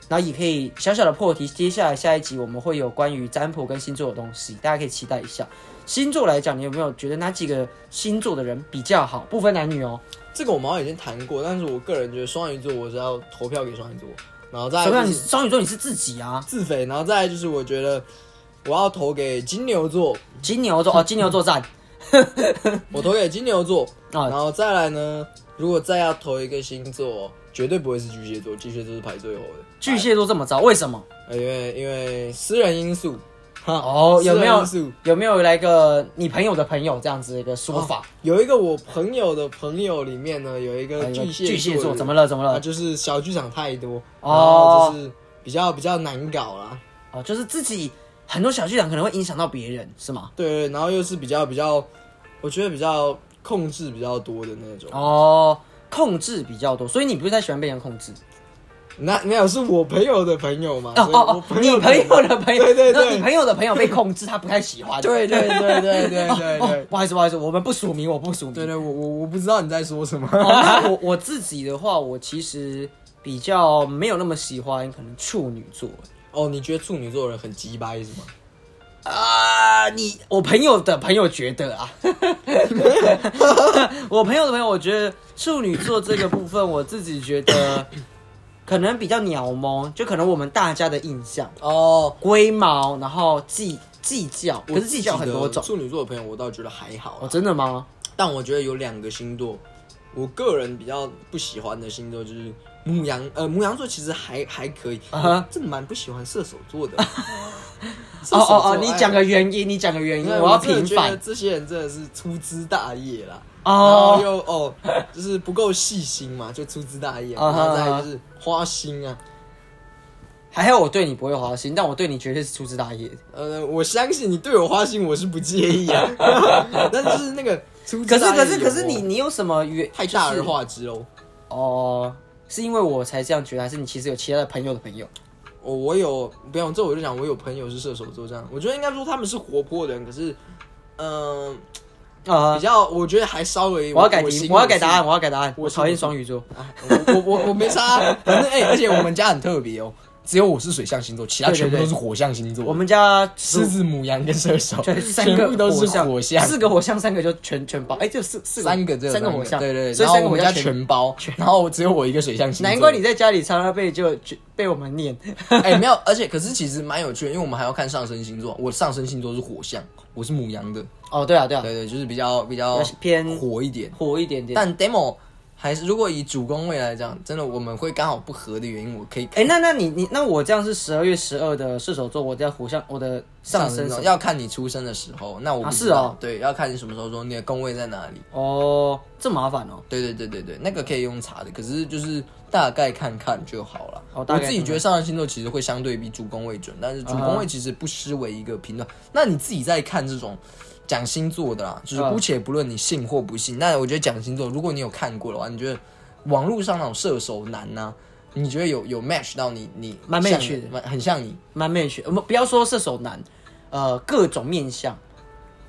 [SPEAKER 2] 然后也可以小小的破题。接下来下一集我们会有关于占卜跟星座的东西，大家可以期待一下。星座来讲，你有没有觉得哪几个星座的人比较好？不分男女哦。
[SPEAKER 1] 这个我们好像已经谈过，但是我个人觉得双鱼座我是要投票给双鱼座，然后再
[SPEAKER 2] 小
[SPEAKER 1] 来
[SPEAKER 2] 朋友，
[SPEAKER 1] 就
[SPEAKER 2] 你
[SPEAKER 1] 是
[SPEAKER 2] 双鱼座你是自己啊，
[SPEAKER 1] 自肥，然后再来就是我觉得我要投给金牛座，
[SPEAKER 2] 金 牛座哦，金牛座赞
[SPEAKER 1] 我投给金牛座，然
[SPEAKER 2] 啊，
[SPEAKER 1] 后再来呢，如果再要投一个星座，绝对不会是巨蟹座，巨蟹座是排最后的，
[SPEAKER 2] 巨蟹座这么糟，为什么？
[SPEAKER 1] 呃因为因为私人因素， 哈
[SPEAKER 2] 哦有没有
[SPEAKER 1] 私人因素？
[SPEAKER 2] 有没有来个你朋友的朋友这样子的一个说法？
[SPEAKER 1] 有一个我朋友的朋友里面呢，有一个
[SPEAKER 2] 来一个
[SPEAKER 1] 巨蟹座
[SPEAKER 2] 哎巨蟹座
[SPEAKER 1] 的
[SPEAKER 2] 怎么了？怎么
[SPEAKER 1] 啊，
[SPEAKER 2] 了？
[SPEAKER 1] 就是小剧场太多，然
[SPEAKER 2] 哦
[SPEAKER 1] 后就是比较比较难搞啦。
[SPEAKER 2] 哦，就是自己很多小剧场可能会影响到别人，是吗？
[SPEAKER 1] 对对，然后又是比较比较，我觉得比较控制比较多的那种。
[SPEAKER 2] 哦，控制比较多，所以你不是太喜欢被人家控制？
[SPEAKER 1] 那没有是我朋友的朋友嘛？
[SPEAKER 2] 哦
[SPEAKER 1] 所以我
[SPEAKER 2] 哦哦，你朋友的朋 友，
[SPEAKER 1] 对对
[SPEAKER 2] 那
[SPEAKER 1] 对
[SPEAKER 2] 你朋友的朋友被控制，他不太喜欢。
[SPEAKER 1] 对对对对对 对
[SPEAKER 2] 哦，
[SPEAKER 1] 对
[SPEAKER 2] 不好意思，不好意思，我们不署名，我不署名。
[SPEAKER 1] 对对，我我我不知道你在说什么。
[SPEAKER 2] 哦，那我我自己的话，我其实比较没有那么喜欢，可能处女座
[SPEAKER 1] 哦，你觉得处女座的人很鸡掰是吗？
[SPEAKER 2] 啊。你我朋友的朋友觉得啊， 我朋友的朋友，我觉得处女座这个部分，我自己觉得可能比较鸟毛，就可能我们大家的印象
[SPEAKER 1] 哦，
[SPEAKER 2] 龟毛，然后计计较，可
[SPEAKER 1] 我
[SPEAKER 2] 是计较很多种
[SPEAKER 1] 自己的处女座的朋友我倒觉得还好
[SPEAKER 2] 哦，
[SPEAKER 1] 啦，
[SPEAKER 2] 真的吗？
[SPEAKER 1] 但我觉得有两个星座，我个人比较不喜欢的星座就是母羊，呃，母羊座其实还还可以，
[SPEAKER 2] 啊哈
[SPEAKER 1] 我真的蛮不喜欢射手座的。射
[SPEAKER 2] 哦
[SPEAKER 1] 手座
[SPEAKER 2] 哦哦，你讲。
[SPEAKER 1] 哎
[SPEAKER 2] 个原因，你讲个原因，
[SPEAKER 1] 对
[SPEAKER 2] 我要
[SPEAKER 1] 哎真的
[SPEAKER 2] 平
[SPEAKER 1] 觉得
[SPEAKER 2] 反
[SPEAKER 1] 这些人真的是粗枝大叶啦，然后
[SPEAKER 2] 哦
[SPEAKER 1] 又哦，就是不够细心嘛，就粗枝大叶，
[SPEAKER 2] 啊
[SPEAKER 1] 然
[SPEAKER 2] 哈
[SPEAKER 1] 后再来就是花心啊，
[SPEAKER 2] 还好我对你不会花心，但我对你绝对是粗枝大叶的。
[SPEAKER 1] 呃，我相信你对我花心，我是不介意 啊，但就是那个粗枝
[SPEAKER 2] 可是
[SPEAKER 1] 大叶
[SPEAKER 2] 可是可是
[SPEAKER 1] 有哦
[SPEAKER 2] 你你有什么原
[SPEAKER 1] 太大
[SPEAKER 2] 就是
[SPEAKER 1] 而化之喽。
[SPEAKER 2] 哦、是因为我才这样觉得，还是你其实有其他的朋友的朋友？
[SPEAKER 1] 我我有不用，这我就讲，我有朋友是射手座这样，我觉得应该说他们是活泼的人，可是，嗯、
[SPEAKER 2] 啊、
[SPEAKER 1] 比较我觉得还稍微
[SPEAKER 2] 我要改题，
[SPEAKER 1] 心
[SPEAKER 2] 我要改答案，我要改答案。
[SPEAKER 1] 我
[SPEAKER 2] 我
[SPEAKER 1] 是
[SPEAKER 2] 讨厌双鱼座。
[SPEAKER 1] 啊，我我我我没差啊、反正哎、而且我们家很特别哦，只有我是水象星座，其他
[SPEAKER 2] 对对
[SPEAKER 1] 全部
[SPEAKER 2] 对
[SPEAKER 1] 都是火象星座，
[SPEAKER 2] 我们家
[SPEAKER 1] 狮子、母羊跟射手，
[SPEAKER 2] 对三
[SPEAKER 1] 全
[SPEAKER 2] 个
[SPEAKER 1] 部都是
[SPEAKER 2] 象，
[SPEAKER 1] 火象，
[SPEAKER 2] 四个火象，三个就全全包。哎、这四四个
[SPEAKER 1] 三个只有
[SPEAKER 2] 三个火象，
[SPEAKER 1] 对对，对
[SPEAKER 2] 所以
[SPEAKER 1] 然后
[SPEAKER 2] 三个
[SPEAKER 1] 我
[SPEAKER 2] 火
[SPEAKER 1] 们家
[SPEAKER 2] 象
[SPEAKER 1] 全包，然后只有我一个水象星座，
[SPEAKER 2] 难怪你在家里常常被就就被我 们念。
[SPEAKER 1] 哎、没有，而且可是其实蛮有趣的，因为我们还要看上升星座。我上升星座是火象，我是母羊的，
[SPEAKER 2] 哦，对啊，对啊，
[SPEAKER 1] 对对，就是比较比较
[SPEAKER 2] 比较偏
[SPEAKER 1] 火一点。
[SPEAKER 2] 火一点点。
[SPEAKER 1] 但 demo 还是如果以主攻位来讲，真的我们会刚好不合的原因，我可以
[SPEAKER 2] 哎、那那你你那我这样是十二月十二的射手座，我在火象，我的上升
[SPEAKER 1] 升
[SPEAKER 2] 是
[SPEAKER 1] 要看你出生的时候。那我不
[SPEAKER 2] 啊
[SPEAKER 1] 知道
[SPEAKER 2] 是哦
[SPEAKER 1] 对，要看你什么时候说你的宫位在哪里。
[SPEAKER 2] 哦，这么麻烦哦。
[SPEAKER 1] 对对对对对，那个可以用查的，可是就是大概看看就好了。
[SPEAKER 2] 哦大概
[SPEAKER 1] 我自己觉得上升星座其实会相对比主攻位准，但是主攻位其实不失为一个评
[SPEAKER 2] 嗯
[SPEAKER 1] 断。那你自己在看这种讲星座的啦，就是
[SPEAKER 2] 嗯
[SPEAKER 1] 姑且不论你信或不信，那我觉得讲星座，如果你有看过的话，你觉得网络上那种射手男呐、你觉得有有 match 到你你
[SPEAKER 2] 蛮
[SPEAKER 1] 像
[SPEAKER 2] match 的
[SPEAKER 1] 蛮很像你
[SPEAKER 2] 蛮面学，我们不要说射手男，呃，各种面相，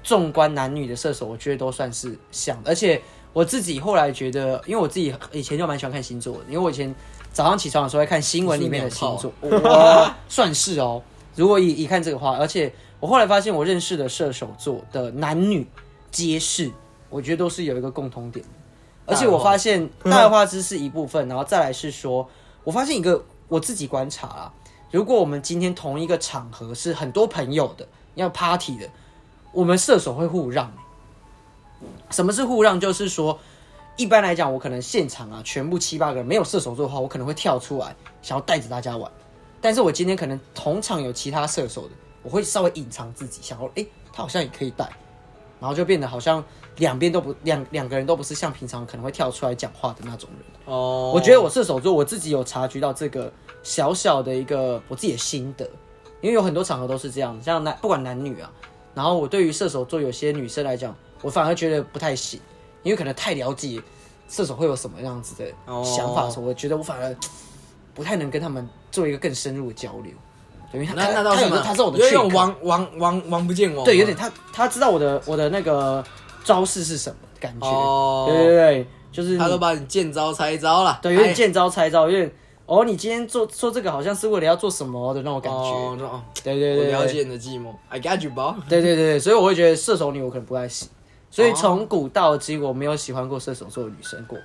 [SPEAKER 2] 纵观男女的射手，我觉得都算是像。而且我自己后来觉得，因为我自己以前就蛮喜欢看星座的，因为我以前早上起床的时候会看新闻里面的星座，哇，算是哦。如果以以看这个话，而且我后来发现，我认识的射手座的男女皆是，我觉得都是有一个共通点的。而且我发现大而化之是一部分，然后再来是说，我发现一个我自己观察啦，如果我们今天同一个场合是很多朋友的，要 party 的，我们射手会互让。欸什么是互让？就是说，一般来讲，我可能现场啊，全部七八个人没有射手座的话，我可能会跳出来，想要带着大家玩。但是我今天可能同场有其他射手的，我会稍微隐藏自己，想要诶，他好像也可以带，然后就变得好像两边都不两两个人都不是像平常可能会跳出来讲话的那种人。
[SPEAKER 1] 哦
[SPEAKER 2] 我觉得我射手座，我自己有察觉到这个小小的一个我自己的心得，因为有很多场合都是这样，像男不管男女啊，然后我对于射手座有些女生来讲，我反而觉得不太行，因为可能太了解射手会有什么样子的想法的时候，我觉得我反而不太能跟他们做一个更深入的交流，等于他
[SPEAKER 1] 那
[SPEAKER 2] 他
[SPEAKER 1] 那倒
[SPEAKER 2] 他
[SPEAKER 1] 是
[SPEAKER 2] 有
[SPEAKER 1] 蛮
[SPEAKER 2] 个他知道我的
[SPEAKER 1] 有
[SPEAKER 2] 缺
[SPEAKER 1] 点
[SPEAKER 2] 口，
[SPEAKER 1] 王王王王不见哦王吗，
[SPEAKER 2] 对，有点他他知道我的我的那个招式是什么的感觉，
[SPEAKER 1] 哦
[SPEAKER 2] 对对对，就是
[SPEAKER 1] 他
[SPEAKER 2] 你
[SPEAKER 1] 都把你见招拆招了，
[SPEAKER 2] 对，有
[SPEAKER 1] 哎
[SPEAKER 2] 点见招拆招，有点哦，你今天做做这个好像是为了要做什么的那种感觉。
[SPEAKER 1] 哦那哦
[SPEAKER 2] 对对
[SPEAKER 1] 我
[SPEAKER 2] 对，
[SPEAKER 1] 了
[SPEAKER 2] 对
[SPEAKER 1] 解你的寂寞，I got you, bro。
[SPEAKER 2] 对对对，所以我会觉得射手女我可能不太喜，所以
[SPEAKER 1] 哦
[SPEAKER 2] 从古到今我没有喜欢过射手座的女生过。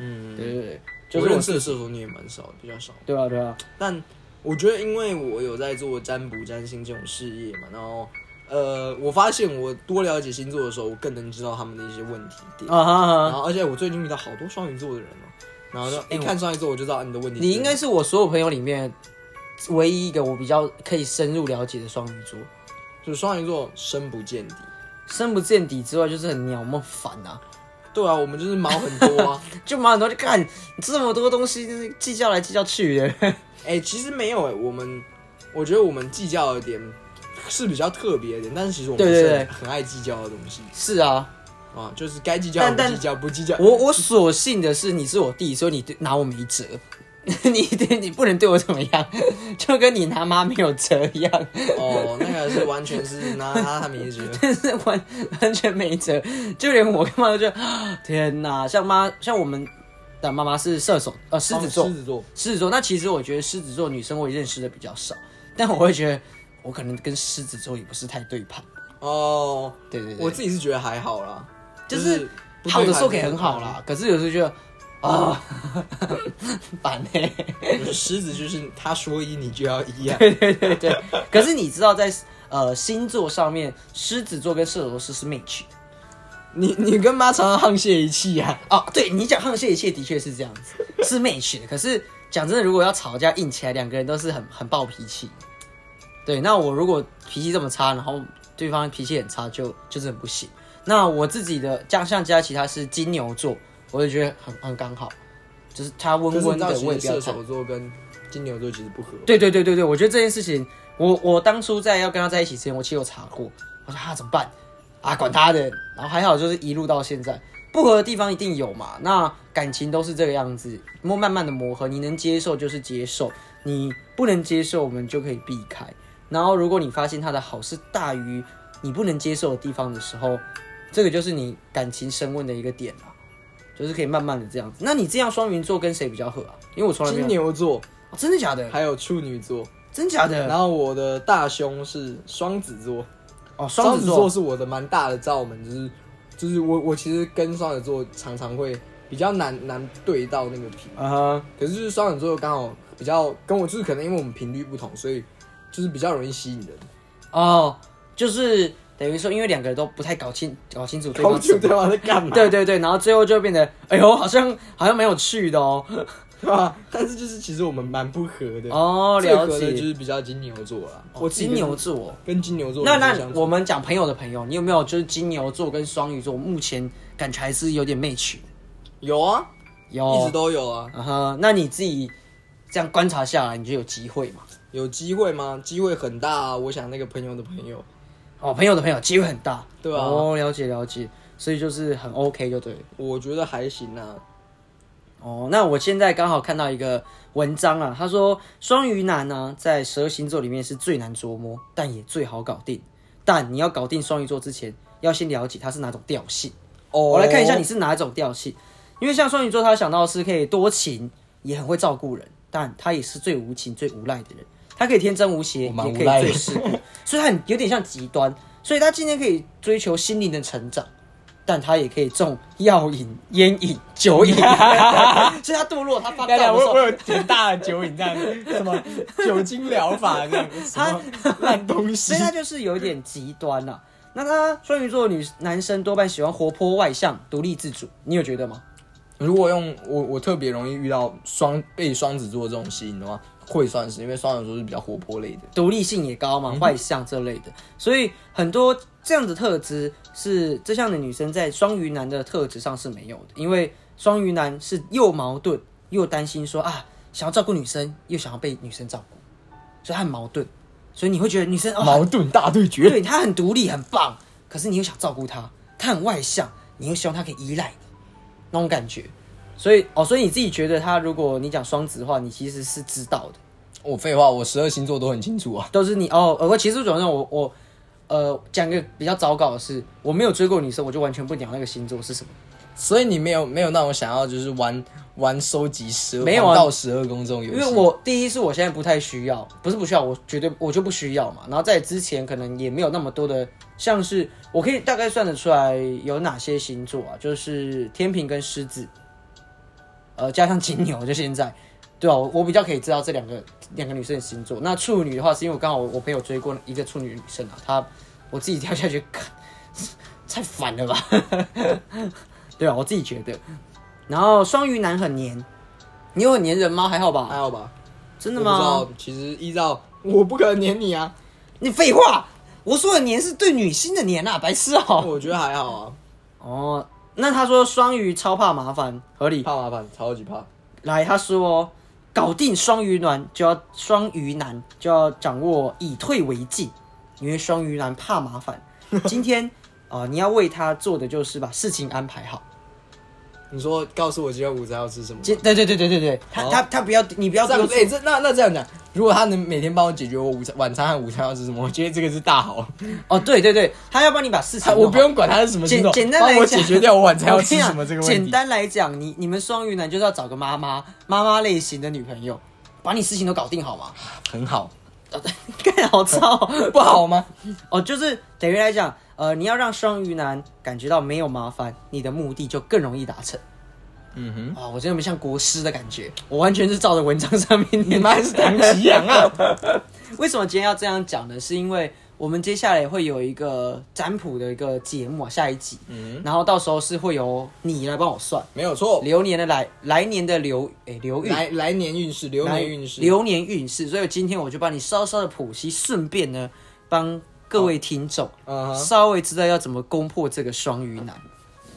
[SPEAKER 1] 嗯，
[SPEAKER 2] 对对对，就
[SPEAKER 1] 我
[SPEAKER 2] 是
[SPEAKER 1] 认
[SPEAKER 2] 我
[SPEAKER 1] 识的射手女也蛮少的，比较少。
[SPEAKER 2] 对啊对啊，
[SPEAKER 1] 但我觉得，因为我有在做占卜、占星这种事业嘛，然后呃，我发现我多了解星座的时候，我更能知道他们的一些问题点。
[SPEAKER 2] 啊哈
[SPEAKER 1] 然
[SPEAKER 2] 哈，
[SPEAKER 1] 后，而且我最近遇到好多双鱼座的人哦，然后就一看双鱼座，我就知道啊你的问题点。
[SPEAKER 2] 哎你应该是我所有朋友里面唯一一个我比较可以深入了解的双鱼座。
[SPEAKER 1] 就是双鱼座深不见底。
[SPEAKER 2] 深不见底之外，就是很鸟梦烦啊！
[SPEAKER 1] 对啊，我们就是毛很多 啊。
[SPEAKER 2] 就马很多就干这么多东西，就是计较来计较去的。
[SPEAKER 1] 哎、其实没有哎、我们我觉得我们计较的点
[SPEAKER 3] 是比较特别一点，但是其实我们
[SPEAKER 2] 对对
[SPEAKER 3] 是
[SPEAKER 2] 对
[SPEAKER 3] 很爱计较的东西
[SPEAKER 2] 是啊，
[SPEAKER 3] 啊，就是该计较
[SPEAKER 2] 但
[SPEAKER 3] 不
[SPEAKER 2] 但
[SPEAKER 3] 计较，不计较
[SPEAKER 2] 我我所幸的是你是我弟，所以你拿我没辙， 你对你不能对我怎么样， 就跟你拿妈没有辙一样，
[SPEAKER 3] 哦，那个是完全是拿拿他名字，
[SPEAKER 2] 是完完全没辙，就连我跟妈都觉得 啊天哪，像妈像我们的妈妈是射手呃 狮子座，
[SPEAKER 3] 哦狮子座
[SPEAKER 2] 狮子座，那其实我觉得狮子座女生我也认识的比较少，但我会觉得我可能跟狮子座也不是太对盘。
[SPEAKER 3] 哦，
[SPEAKER 2] 对对对，
[SPEAKER 3] 我自己是觉得还好啦，
[SPEAKER 2] 就是
[SPEAKER 3] 不对嗯
[SPEAKER 2] 好的
[SPEAKER 3] 盘
[SPEAKER 2] 时候可以很好啦，可是有时候觉得啊， 烦欸呢。
[SPEAKER 3] 就是狮子就是他说一你就要一啊，
[SPEAKER 2] 对对对，可是你知道在呃星座上面，狮子座跟射手座是是 match
[SPEAKER 3] 你你跟妈常常沆瀣一气啊，
[SPEAKER 2] 哦。对你讲沆瀣一气的确是这样子，是 match 的。可是讲真的，如果要吵架硬起来，两个人都是很很暴脾气。对，那我如果脾气这么差，然后对方脾气很差，就就是很不行。那我自己的像像佳琪他是金牛座，我就觉得很很刚好，就是他
[SPEAKER 3] 可
[SPEAKER 2] 温
[SPEAKER 3] 是你
[SPEAKER 2] 温
[SPEAKER 3] 知道
[SPEAKER 2] 的，
[SPEAKER 3] 其
[SPEAKER 2] 我也
[SPEAKER 3] 实
[SPEAKER 2] 不要
[SPEAKER 3] 射
[SPEAKER 2] 太
[SPEAKER 3] 手座跟金牛座其实不合，
[SPEAKER 2] 对对对对对，我觉得这件事情，我我当初在要跟他在一起之前，我其实有查过，我说啊怎么办啊，管他的，然后还好就是一路到现在，不合的地方一定有嘛，那感情都是这个样子，磨慢慢的磨合，你能接受就是接受，你不能接受我们就可以避开，然后如果你发现他的好是大于你不能接受的地方的时候，这个就是你感情升温的一个点了。就是可以慢慢的这样子。那你这样双鱼座跟谁比较合啊？因为我从来没有、
[SPEAKER 3] 金牛座
[SPEAKER 2] 哦真的假的？
[SPEAKER 3] 还有处女座，
[SPEAKER 2] 真假的？
[SPEAKER 3] 然后我的大胸是双子座，
[SPEAKER 2] 哦，
[SPEAKER 3] 双
[SPEAKER 2] 子
[SPEAKER 3] 座是我的蛮大的罩门，就是就是我我其实跟双子座常常会比较难难对到那个频，
[SPEAKER 2] 啊哈，
[SPEAKER 3] 可是就是双子座刚好比较跟我就是可能因为我们频率不同，所以就是比较容易吸 引人，
[SPEAKER 2] 哦，就是等于说，因为两个人都不太搞清搞清楚对
[SPEAKER 3] 搞不
[SPEAKER 2] 方
[SPEAKER 3] 清
[SPEAKER 2] 什
[SPEAKER 3] 楚对啊
[SPEAKER 2] 么，
[SPEAKER 3] 方在干嘛，
[SPEAKER 2] 对对对，然后最后就变得，哎呦，好像好像蛮有趣的哦。
[SPEAKER 3] 对吧？但是就是其实我们蛮不合的，
[SPEAKER 2] 哦，
[SPEAKER 3] 最
[SPEAKER 2] 了
[SPEAKER 3] 合的就
[SPEAKER 2] 解。
[SPEAKER 3] 是比较金牛座啦，
[SPEAKER 2] 哦
[SPEAKER 3] 我自己
[SPEAKER 2] 金
[SPEAKER 3] 跟
[SPEAKER 2] 牛座，
[SPEAKER 3] 跟金牛座
[SPEAKER 2] 那
[SPEAKER 3] 女生
[SPEAKER 2] 那
[SPEAKER 3] 相处
[SPEAKER 2] 我们讲朋友的朋友，你有没有就是金牛座跟双鱼座，目前感觉还是有点 match 的
[SPEAKER 3] 有啊，
[SPEAKER 2] 有，
[SPEAKER 3] 一直都有啊，
[SPEAKER 2] 啊哈。那你自己这样观察下来，你就有机会嘛？
[SPEAKER 3] 有机会吗？机会很大啊，我想那个朋友的朋友，
[SPEAKER 2] 哦，朋友的朋友机会很大，
[SPEAKER 3] 对啊
[SPEAKER 2] 哦，了解了解，所以就是很 OK 就对了。
[SPEAKER 3] 我觉得还行啊，
[SPEAKER 2] 哦，那我现在刚好看到一个文章啊，他说双鱼男呢、在十二星座里面是最难琢磨，但也最好搞定。但你要搞定双鱼座之前，要先了解他是哪种调性。
[SPEAKER 3] 哦
[SPEAKER 2] 我来看一下你是哪一种调性，因为像双鱼座，他想到的是可以多情，也很会照顾人，但他也是最无情、最无赖的人。他可以天真无邪，也
[SPEAKER 1] 我蛮
[SPEAKER 2] 可
[SPEAKER 1] 无赖
[SPEAKER 2] 以
[SPEAKER 1] 的
[SPEAKER 2] 最世故，所以他很有点像极端。所以他今天可以追求心灵的成长，但他也可以中药瘾、烟瘾、酒瘾， 所以他堕落，他发
[SPEAKER 1] 等
[SPEAKER 2] 展
[SPEAKER 1] 等，
[SPEAKER 2] 的时
[SPEAKER 1] 我 我
[SPEAKER 2] 候
[SPEAKER 1] 有挺大的酒瘾这样，什么酒精疗法这样，什么
[SPEAKER 2] 啊
[SPEAKER 1] 烂东西
[SPEAKER 2] 所以。他就是有一点极端啦、那他双鱼座的女男生多半喜欢活泼外向、独立自主，你有觉得吗？
[SPEAKER 1] 如果用我我特别容易遇到双被双子座这种吸引的话，会算是因为双子座是比较活泼类的。
[SPEAKER 2] 独立性也高
[SPEAKER 1] 嗯
[SPEAKER 2] 嘛，外向这类的，所以很多这样的特质是这项的女生在双鱼男的特质上是没有的，因为双鱼男是又矛盾又担心说啊，想要照顾女生，又想要被女生照顾，所以他很矛盾，所以你会觉得女生、哦、
[SPEAKER 1] 矛盾大对决，
[SPEAKER 2] 对他很独立很棒，可是你又想照顾他，他很外向，你又希望他可以依赖你，那种感觉。所以哦，所以你自己觉得他，如果你讲双子的话，你其实是知道的，
[SPEAKER 1] 我废话，我十二星座都很清楚啊。
[SPEAKER 2] 都是你哦。呃，我其实总上我我呃讲个比较糟糕的是，我没有追过女生，我就完全不鸟那个星座是什么。
[SPEAKER 1] 所以你没有没有那种想要就是玩玩收集十二
[SPEAKER 2] 没有
[SPEAKER 1] 黄
[SPEAKER 2] 啊
[SPEAKER 1] 道十二宫这种游戏，
[SPEAKER 2] 因为我第一是我现在不太需要，不是不需要，我绝对我就不需要嘛。然后在之前可能也没有那么多的，像是我可以大概算得出来有哪些星座啊，就是天平跟狮子，呃，加上金牛，就现在，对啊，我我比较可以知道这两个两个女生的星座。那处女的话，是因为我刚好我我朋友追过一个处女女生啊，她我自己跳下去看， 太烦了吧？ 对啊，我自己觉得。然后双鱼男很黏，你有很黏人吗？还好吧？
[SPEAKER 3] 还好吧？
[SPEAKER 2] 真的
[SPEAKER 3] 我
[SPEAKER 2] 吗
[SPEAKER 3] 不？知道，其实依照我不可能黏你啊，
[SPEAKER 2] 你废话，我说的黏是对女性的黏啊，白痴哦、
[SPEAKER 3] 我觉得还好啊，
[SPEAKER 2] 哦，那他说双鱼超怕麻烦，合理。
[SPEAKER 3] 怕麻烦，超级怕。
[SPEAKER 2] 来，他说哦搞定双鱼男就要双鱼男就要掌握以退为进，因为双鱼男怕麻 烦。今天啊、呃你要为他做的就是把事情安排好。
[SPEAKER 1] 你说告诉我今天午餐要吃什么？
[SPEAKER 2] 今对对对对对对，他、
[SPEAKER 1] 好
[SPEAKER 2] 他他不要你不要
[SPEAKER 1] 这样
[SPEAKER 2] 丢
[SPEAKER 1] 哎、
[SPEAKER 2] 出
[SPEAKER 1] 这那那这样讲，如果他能每天帮我解决我午餐、晚餐和午餐要吃什么，我觉得这个是大好。
[SPEAKER 2] 哦，对对对，他要帮你把事情
[SPEAKER 1] 他
[SPEAKER 2] 弄好，
[SPEAKER 1] 啊我不用管他是什么星座，
[SPEAKER 2] 简简单来
[SPEAKER 1] 帮
[SPEAKER 2] 讲，
[SPEAKER 1] 我解决掉我晚餐要
[SPEAKER 2] 我跟
[SPEAKER 1] 吃
[SPEAKER 2] 你讲
[SPEAKER 1] 什么这个问
[SPEAKER 2] 简
[SPEAKER 1] 题。
[SPEAKER 2] 单来讲，你你们双鱼男就是要找个妈妈妈妈类型的女朋友，把你事情都搞定好嘛。
[SPEAKER 1] 很好，
[SPEAKER 2] 干好操哦
[SPEAKER 1] 不好吗？
[SPEAKER 2] 哦，就是等于来讲，呃，你要让双鱼男感觉到没有麻烦，你的目的就更容易达成。
[SPEAKER 1] 嗯哼，
[SPEAKER 2] 啊、我真的没像国师的感觉，我完全是照着文章上面
[SPEAKER 1] 你
[SPEAKER 2] 念
[SPEAKER 1] 妈是唐奇阳啊！
[SPEAKER 2] 为什么今天要这样讲呢？是因为我们接下来会有一个占卜的一个节目啊，下一集，
[SPEAKER 1] 嗯，
[SPEAKER 2] 然后到时候是会由你来帮我算
[SPEAKER 1] 没有错。
[SPEAKER 2] 流年的来来年的流诶、流运。
[SPEAKER 1] 来来年运势，流
[SPEAKER 2] 来
[SPEAKER 1] 年运势，
[SPEAKER 2] 流年运势，所以今天我就帮你稍稍的剖析，顺便呢帮各位听众
[SPEAKER 1] 嗯哼
[SPEAKER 2] 稍微知道要怎么攻破这个双鱼男。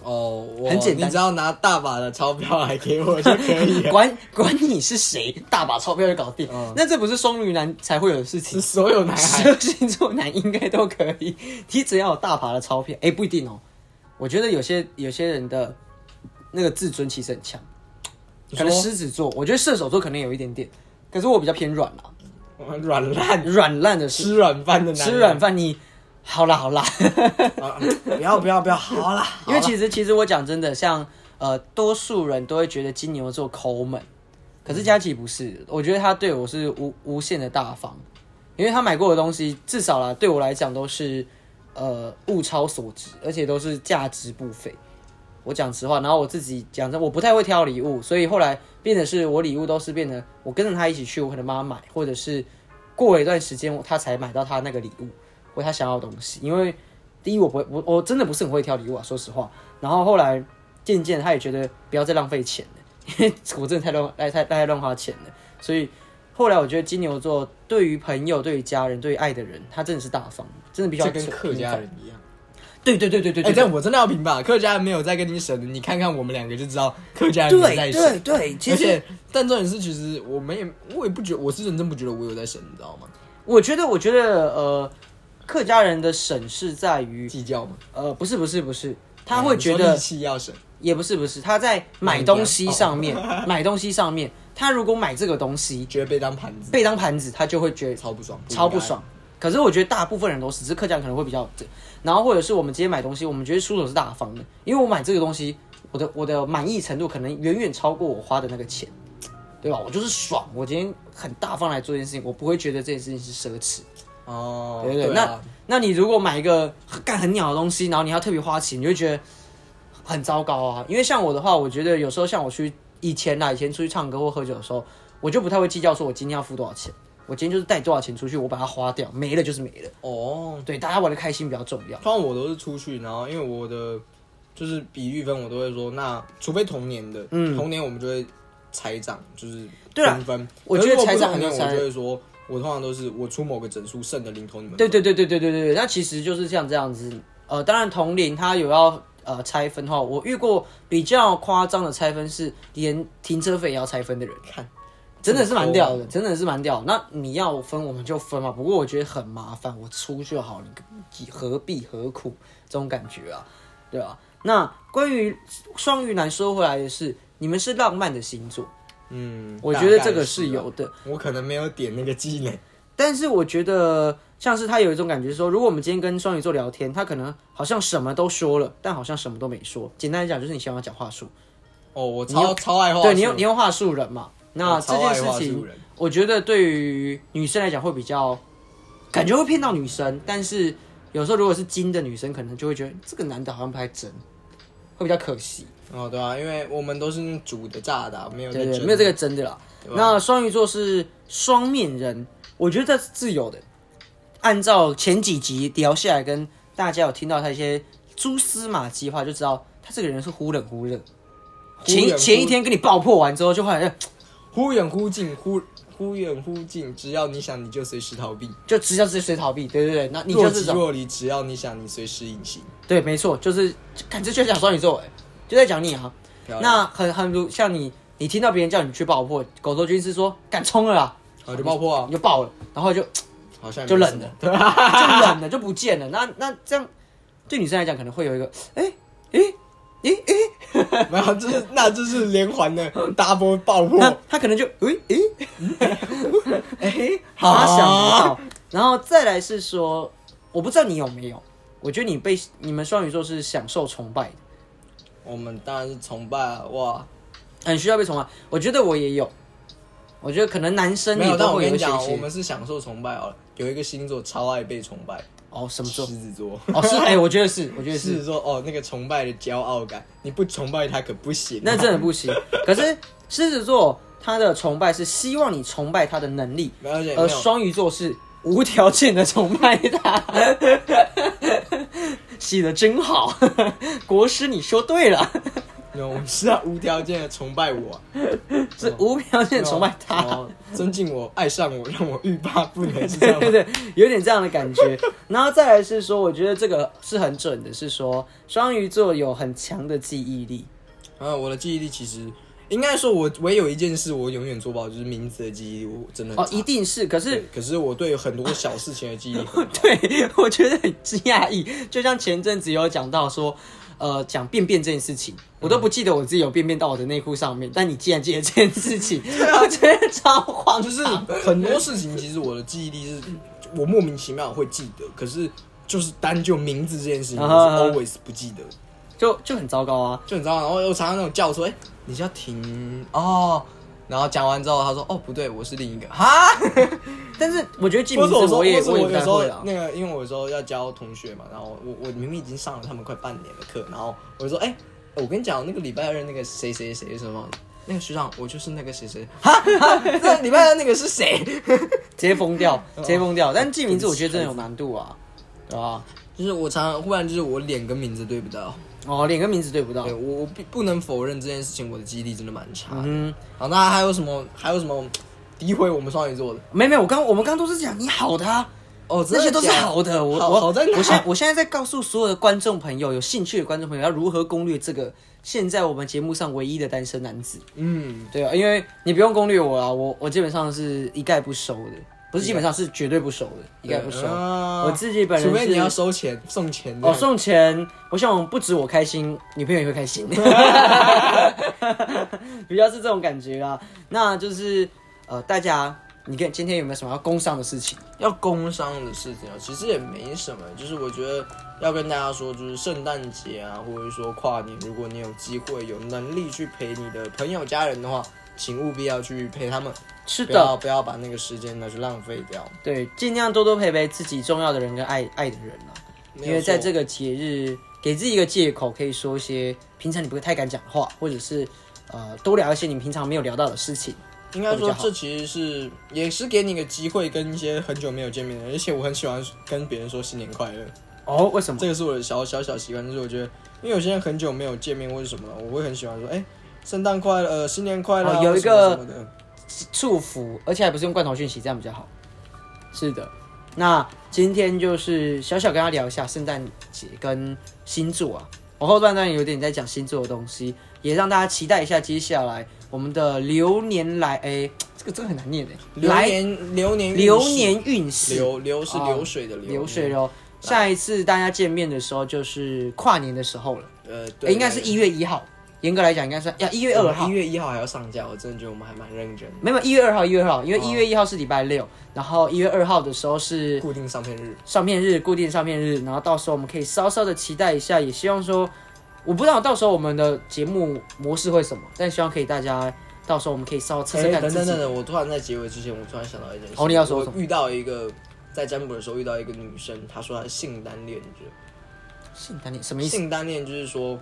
[SPEAKER 1] 哦，我
[SPEAKER 2] 很简单
[SPEAKER 1] 你只要拿大把的钞票来给我就可以 了。
[SPEAKER 2] 管管你是谁，大把钞票就搞定。
[SPEAKER 1] 嗯哎
[SPEAKER 2] 那这不是双鱼男才会有的事情
[SPEAKER 1] 是，所有男
[SPEAKER 2] 十
[SPEAKER 1] 孩
[SPEAKER 2] 二星座男应该都可以。你只要有大把的钞票，哎、不一定哦。我觉得有些有些人的那个自尊其实很强，
[SPEAKER 1] 你
[SPEAKER 2] 可
[SPEAKER 1] 说
[SPEAKER 2] 能狮子座，我觉得射手座可能有一点点，可是我比较偏软啦，
[SPEAKER 1] 软烂
[SPEAKER 2] 软烂的是
[SPEAKER 1] 吃软饭的男人，
[SPEAKER 2] 吃软饭你好啦好啦，
[SPEAKER 1] 啊，不要不要不要，好 啦，
[SPEAKER 2] 因为其实其实我讲真的，像呃多数人都会觉得金牛座抠门，可是佳琪不是，我觉得他对我是无无限的大方，因为他买过的东西至少啦对我来讲都是呃物超所值，而且都是价值不菲。我讲实话，然后我自己讲真，我不太会挑礼物，所以后来变得是我礼物都是变得我跟着他一起去，我可能帮他买，或者是过了一段时间我他才买到他那个礼物或他想要的东西。因为第一我不会，我我真的不是很会挑礼物啊，说实话。然后后来渐渐他也觉得不要再浪费钱了，因为我真的太乱太太太乱花钱了。所以后来我觉得金牛座对于朋友、对于家人、对于爱的人，他真的是大方，真的必须要
[SPEAKER 1] 这跟客家人一样。
[SPEAKER 2] 对对对对对
[SPEAKER 1] 哎、
[SPEAKER 2] 对，
[SPEAKER 1] 但我真的要评吧，客家人没有在跟你省的，你看看我们两个就知道客家人没有在
[SPEAKER 2] 对
[SPEAKER 1] 省。
[SPEAKER 2] 对对，其
[SPEAKER 1] 而
[SPEAKER 2] 实
[SPEAKER 1] 且，但重点是，其实我们也我也不觉我是认真不觉得我有在省，你知道吗？
[SPEAKER 2] 我觉得，我觉得，呃，客家人的省是在于，
[SPEAKER 1] 计较嘛，
[SPEAKER 2] 呃，不是不是不是，他会觉
[SPEAKER 1] 你说
[SPEAKER 2] 得
[SPEAKER 1] 力气要省，
[SPEAKER 2] 也不是不是，他在买东西上面， 买东西上面，他如果买这个东西
[SPEAKER 1] 觉得被当盘子，
[SPEAKER 2] 被当盘子，他就会觉得
[SPEAKER 1] 超不爽，应该
[SPEAKER 2] 超不爽。。可是我觉得大部分人都是，只是客家人可能会比较这，然后或者是我们直接买东西，我们觉得出手是大方的，因为我买这个东西，我的我的满意程度可能远远超过我花的那个钱，对吧？我就是爽，我今天很大方来做这件事情，我不会觉得这件事情是奢侈。
[SPEAKER 1] 哦，
[SPEAKER 2] 对
[SPEAKER 1] 对
[SPEAKER 2] 对对，
[SPEAKER 1] 啊
[SPEAKER 2] 那那你如果买一个干很鸟的东西，然后你还要特别花钱，你就会觉得很糟糕啊。因为像我的话，我觉得有时候像我去以前啦，以前出去唱歌或喝酒的时候，我就不太会计较说我今天要付多少钱，我今天就是带多少钱出去，我把它花掉，没了就是没了。
[SPEAKER 1] 哦，
[SPEAKER 2] 对，大家玩的开心比较重要。
[SPEAKER 1] 通常我都是出去，然后因为我的就是比喻分，我都会说，那除非同年的，
[SPEAKER 2] 嗯
[SPEAKER 1] 同年我们就会拆账，就是
[SPEAKER 2] 对啦
[SPEAKER 1] 分分。
[SPEAKER 2] 我觉得
[SPEAKER 1] 可是如果
[SPEAKER 2] 拆
[SPEAKER 1] 不
[SPEAKER 2] 账
[SPEAKER 1] 同年
[SPEAKER 2] 很
[SPEAKER 1] 我
[SPEAKER 2] 有差
[SPEAKER 1] 就会说，我通常都是我出某个整数，剩的零头你们分。
[SPEAKER 2] 对对对对对对对，对那其实就是像这样子。呃，当然同龄他有要呃拆分的话，我遇过比较夸张的拆分是连停车费也要拆分的人，
[SPEAKER 1] 看
[SPEAKER 2] 真的是蛮屌的，真的是蛮屌的。那你要分我们就分嘛，不过我觉得很麻烦，我出就好了，你何必何苦这种感觉啊，对吧、那关于双鱼男说回来的是，你们是浪漫的星座，
[SPEAKER 1] 嗯，
[SPEAKER 2] 我觉得
[SPEAKER 1] 大概
[SPEAKER 2] 这个是有的。
[SPEAKER 1] 我可能没有点那个技能，
[SPEAKER 2] 但是我觉得像是他有一种感觉说，如果我们今天跟双鱼座聊天，他可能好像什么都说了，但好像什么都没说。简单来讲，就是你喜欢讲话术，
[SPEAKER 1] 哦，我
[SPEAKER 2] 你
[SPEAKER 1] 超
[SPEAKER 2] 有
[SPEAKER 1] 超爱画树，
[SPEAKER 2] 对你用你用话术人嘛。那
[SPEAKER 1] 我
[SPEAKER 2] 这
[SPEAKER 1] 哦超
[SPEAKER 2] 件
[SPEAKER 1] 爱
[SPEAKER 2] 事
[SPEAKER 1] 画
[SPEAKER 2] 情
[SPEAKER 1] 树人，
[SPEAKER 2] 我觉得对于女生来讲会比较，感觉会骗到女生，但是有时候如果是金的女生，可能就会觉得这个男的好像不太真，会比较可惜。
[SPEAKER 1] 哦，对啊，因为我们都是用煮的炸的啊，没有
[SPEAKER 2] 对
[SPEAKER 1] 在
[SPEAKER 2] 对，
[SPEAKER 1] 蒸
[SPEAKER 2] 没有这个真的啦。
[SPEAKER 1] 对吧
[SPEAKER 2] 那双鱼座是双面人，我觉得这是自由的。按照前几集聊下来，跟大家有听到他一些蛛丝马迹的话，就知道他这个人是忽冷忽热。
[SPEAKER 1] 忽
[SPEAKER 2] 前
[SPEAKER 1] 冷
[SPEAKER 2] 前一天跟你爆破完之后，就后来就
[SPEAKER 1] 忽远忽近，忽忽远忽近，只要你想，你就随时逃避；
[SPEAKER 2] 就直接直接随逃避，对对对，那你就
[SPEAKER 1] 若
[SPEAKER 2] 是这
[SPEAKER 1] 即
[SPEAKER 2] 种
[SPEAKER 1] 若离，只要你想，你随时隐形。
[SPEAKER 2] 对，没错，就是感觉就讲双鱼座，哎，就在讲你啊。
[SPEAKER 1] 漂亮
[SPEAKER 2] 那很很如像你，你听到别人叫你去爆破，狗头军师说敢冲了啦，
[SPEAKER 1] 啊，就爆破啊
[SPEAKER 2] 你！就爆了，然后就
[SPEAKER 3] 好像也
[SPEAKER 2] 就
[SPEAKER 3] 没
[SPEAKER 2] 冷
[SPEAKER 3] 什么
[SPEAKER 2] 了，就 冷了，就不见了。那那这样对女生来讲可能会有一个，哎哎哎哎，
[SPEAKER 3] 没有，这是那这是连环的 double 爆
[SPEAKER 1] 哦
[SPEAKER 3] 破，
[SPEAKER 2] 那她可能就哎哎 哎，她想不
[SPEAKER 1] 哦
[SPEAKER 2] 到。然后再来是说，我不知道你有没有，我觉得你被你们双鱼座是享受崇拜的，
[SPEAKER 1] 我们当然是崇拜啊哇，
[SPEAKER 2] 很需要被崇拜。我觉得我也有，我觉得可能男生
[SPEAKER 1] 没有。
[SPEAKER 2] 也
[SPEAKER 1] 但
[SPEAKER 2] 都
[SPEAKER 1] 我
[SPEAKER 2] 会
[SPEAKER 1] 跟你
[SPEAKER 2] 有一些
[SPEAKER 1] 讲，啊
[SPEAKER 2] 些
[SPEAKER 1] 我们是享受崇拜哦。有一个星座超爱被崇拜，
[SPEAKER 2] 哦什么
[SPEAKER 1] 狮
[SPEAKER 2] 座
[SPEAKER 1] 子座。
[SPEAKER 2] 哦是哎，我觉得是，我觉得
[SPEAKER 1] 狮
[SPEAKER 2] 是
[SPEAKER 1] 子。座哦，那个崇拜的骄傲感，你不崇拜他可不行。啊
[SPEAKER 2] 那真的不行。可是狮子座他的崇拜是希望你崇拜他的能力，
[SPEAKER 1] 没有而且没
[SPEAKER 2] 而
[SPEAKER 1] 有
[SPEAKER 2] 呃双鱼座是无条件的崇拜他。 写的真好， 国师你说对了，
[SPEAKER 1] 哦没有，我们是要无条件的崇拜我啊，
[SPEAKER 2] 是无条件地崇拜他。
[SPEAKER 1] 然后增进我，爱上我，让我欲罢不能，哦是这
[SPEAKER 2] 对
[SPEAKER 1] 样吗
[SPEAKER 2] 对？对，有点这样的感觉。 然后再来是说，我觉得这个是很准的，是说双鱼座有很强的记忆力。
[SPEAKER 1] 啊，我的记忆力其实应该说我，唯有一件事我永远做不好，就是名字的记忆力，我真的很
[SPEAKER 2] 哦，
[SPEAKER 1] 差
[SPEAKER 2] 一定是，可是
[SPEAKER 1] 对可是我对很多小事情的记忆力 很好，
[SPEAKER 2] 对，我觉得很讶异。就像前阵子有讲到说，呃，讲便便这件事情，我都不记得我自己有便便到我的内裤上面，但你竟然记得这件事 情，我觉得超荒唐。
[SPEAKER 1] 就是很多事情，其实我的记忆力是，我莫名其妙会记得，可是就是单就名字这件事情，我是
[SPEAKER 2] 啊哈
[SPEAKER 1] always 不记得，
[SPEAKER 2] 就就很糟糕啊。
[SPEAKER 1] 就你知道吗？然后我常常那种叫我说，哎、你叫停哦。然后讲完之后，他说：“哦，不对，我是另一个哈。
[SPEAKER 2] 但是我觉得”记
[SPEAKER 1] 或
[SPEAKER 2] 名
[SPEAKER 1] 者我
[SPEAKER 2] 字
[SPEAKER 1] 说，
[SPEAKER 2] 也
[SPEAKER 1] 或者
[SPEAKER 2] 我也
[SPEAKER 1] 我
[SPEAKER 2] 不
[SPEAKER 1] 有
[SPEAKER 2] 太
[SPEAKER 1] 时候
[SPEAKER 2] 会啊。
[SPEAKER 1] 那个，因为我有时候要教同学嘛，然后我我明明已经上了他们快半年的课，然后我就说：“哎、我跟你讲，那个礼拜二那个谁谁谁什么，那个学长，我就是那个谁谁哈，哈那礼拜二那个是谁？”
[SPEAKER 2] 直接疯 掉，直接疯掉。但记名字我觉得真的有难度啊，对吧？
[SPEAKER 1] 就是我常常忽然就是我脸跟名字对不到，
[SPEAKER 2] 哦，脸跟名字对不到
[SPEAKER 1] 对。我我不不能否认这件事情，我的记忆力真的蛮差的。
[SPEAKER 2] 嗯，
[SPEAKER 1] 好，那还有什么还有什么诋毁我们双鱼座的？
[SPEAKER 2] 没没，我刚我们刚都是讲你好的啊。
[SPEAKER 1] 哦，真
[SPEAKER 2] 那
[SPEAKER 1] 的
[SPEAKER 2] 些都是
[SPEAKER 1] 假
[SPEAKER 2] 好的，我
[SPEAKER 1] 好
[SPEAKER 2] 我
[SPEAKER 1] 好在哪
[SPEAKER 2] 我现在我现在在告诉所有的观众朋友，有兴趣的观众朋友要如何攻略这个现在我们节目上唯一的单身男子。
[SPEAKER 1] 嗯，
[SPEAKER 2] 对啊，因为你不用攻略我啊，我我基本上是一概不熟的，不是基本上是绝对不熟的，一概不熟。
[SPEAKER 1] 啊
[SPEAKER 2] 我自己本人
[SPEAKER 1] 除非你
[SPEAKER 2] 是
[SPEAKER 1] 要收钱送嗯钱这
[SPEAKER 2] 哦，
[SPEAKER 1] 样，
[SPEAKER 2] 送钱，我想不止我开心，女朋友也会开心， 比较是这种感觉啦。那就是呃，大家，你跟今天有没有什么要工商的事情？
[SPEAKER 1] 要工伤的事情啊，其实也没什么，就是我觉得要跟大家说，就是圣诞节啊，或者说跨年，如果你有机会、有能力去陪你的朋友、家人的话，请务必要去陪他们，
[SPEAKER 2] 是
[SPEAKER 1] 不
[SPEAKER 2] 的，
[SPEAKER 1] 要不要把那个时间拿去浪费掉。
[SPEAKER 2] 对，尽量多多陪陪自己重要的人跟爱爱的人啦、
[SPEAKER 1] 没有
[SPEAKER 2] 因为在
[SPEAKER 1] 错
[SPEAKER 2] 这个节日，给自己一个借口，可以说一些平常你不会太敢讲的话，或者是呃多聊一些你平常没有聊到的事情。
[SPEAKER 1] 应该
[SPEAKER 2] 会比
[SPEAKER 1] 说
[SPEAKER 2] 较好
[SPEAKER 1] 这其实是也是给你一个机会，跟一些很久没有见面的人，而且我很喜欢跟别人说新年快乐，
[SPEAKER 2] 哦，为什么？
[SPEAKER 1] 这个是我的小小小习惯，就是我觉得，因为有些人很久没有见面或者什么了，我会很喜欢说，哎、圣诞快乐，呃，新年快乐啊、
[SPEAKER 2] 哦有一
[SPEAKER 1] 或者什么
[SPEAKER 2] 个
[SPEAKER 1] 什么的。
[SPEAKER 2] 祝福，而且还不是用罐头讯息，这样比较好。是的，那今天就是小小跟他聊一下圣诞节跟星座啊。我后半段有点在讲星座的东西，也让大家期待一下接下来我们的流年来，哎、这个真的很难念哎、
[SPEAKER 1] 流
[SPEAKER 2] 来
[SPEAKER 1] 年流年运势
[SPEAKER 2] 流年运势，
[SPEAKER 1] 流流是
[SPEAKER 2] 哦
[SPEAKER 1] 流水的流，
[SPEAKER 2] 流水流。下一次大家见面的时候就是跨年的时候了，
[SPEAKER 1] 呃，
[SPEAKER 2] 诶应该是一月一号，严格来讲应该是要一
[SPEAKER 1] 一
[SPEAKER 2] 月二号
[SPEAKER 1] 一，月一号还要上架，我真的觉得我们还蛮认真的。
[SPEAKER 2] 没有一月二号，一月二号，因为
[SPEAKER 1] 哦
[SPEAKER 2] 一月一号是礼拜六，然后一月二号的时候是
[SPEAKER 1] 固定上片日，
[SPEAKER 2] 上片日，固定上片日，然后到时候我们可以稍稍的期待一下，也希望说，我不知道到时候我们的节目模式会什么，但希望可以大家到时候我们可以稍微测
[SPEAKER 1] 哎
[SPEAKER 2] 测看
[SPEAKER 1] 等
[SPEAKER 2] 自
[SPEAKER 1] 等等
[SPEAKER 2] 己。
[SPEAKER 1] 等，我突然在结尾之前，我突然想到一件事，
[SPEAKER 2] 哦你要说
[SPEAKER 1] 我
[SPEAKER 2] 什么
[SPEAKER 1] 遇到一个在占卜的时候遇到一个女生，她说她是性单恋者，
[SPEAKER 2] 性感点什么意思？
[SPEAKER 1] 性单恋就是说。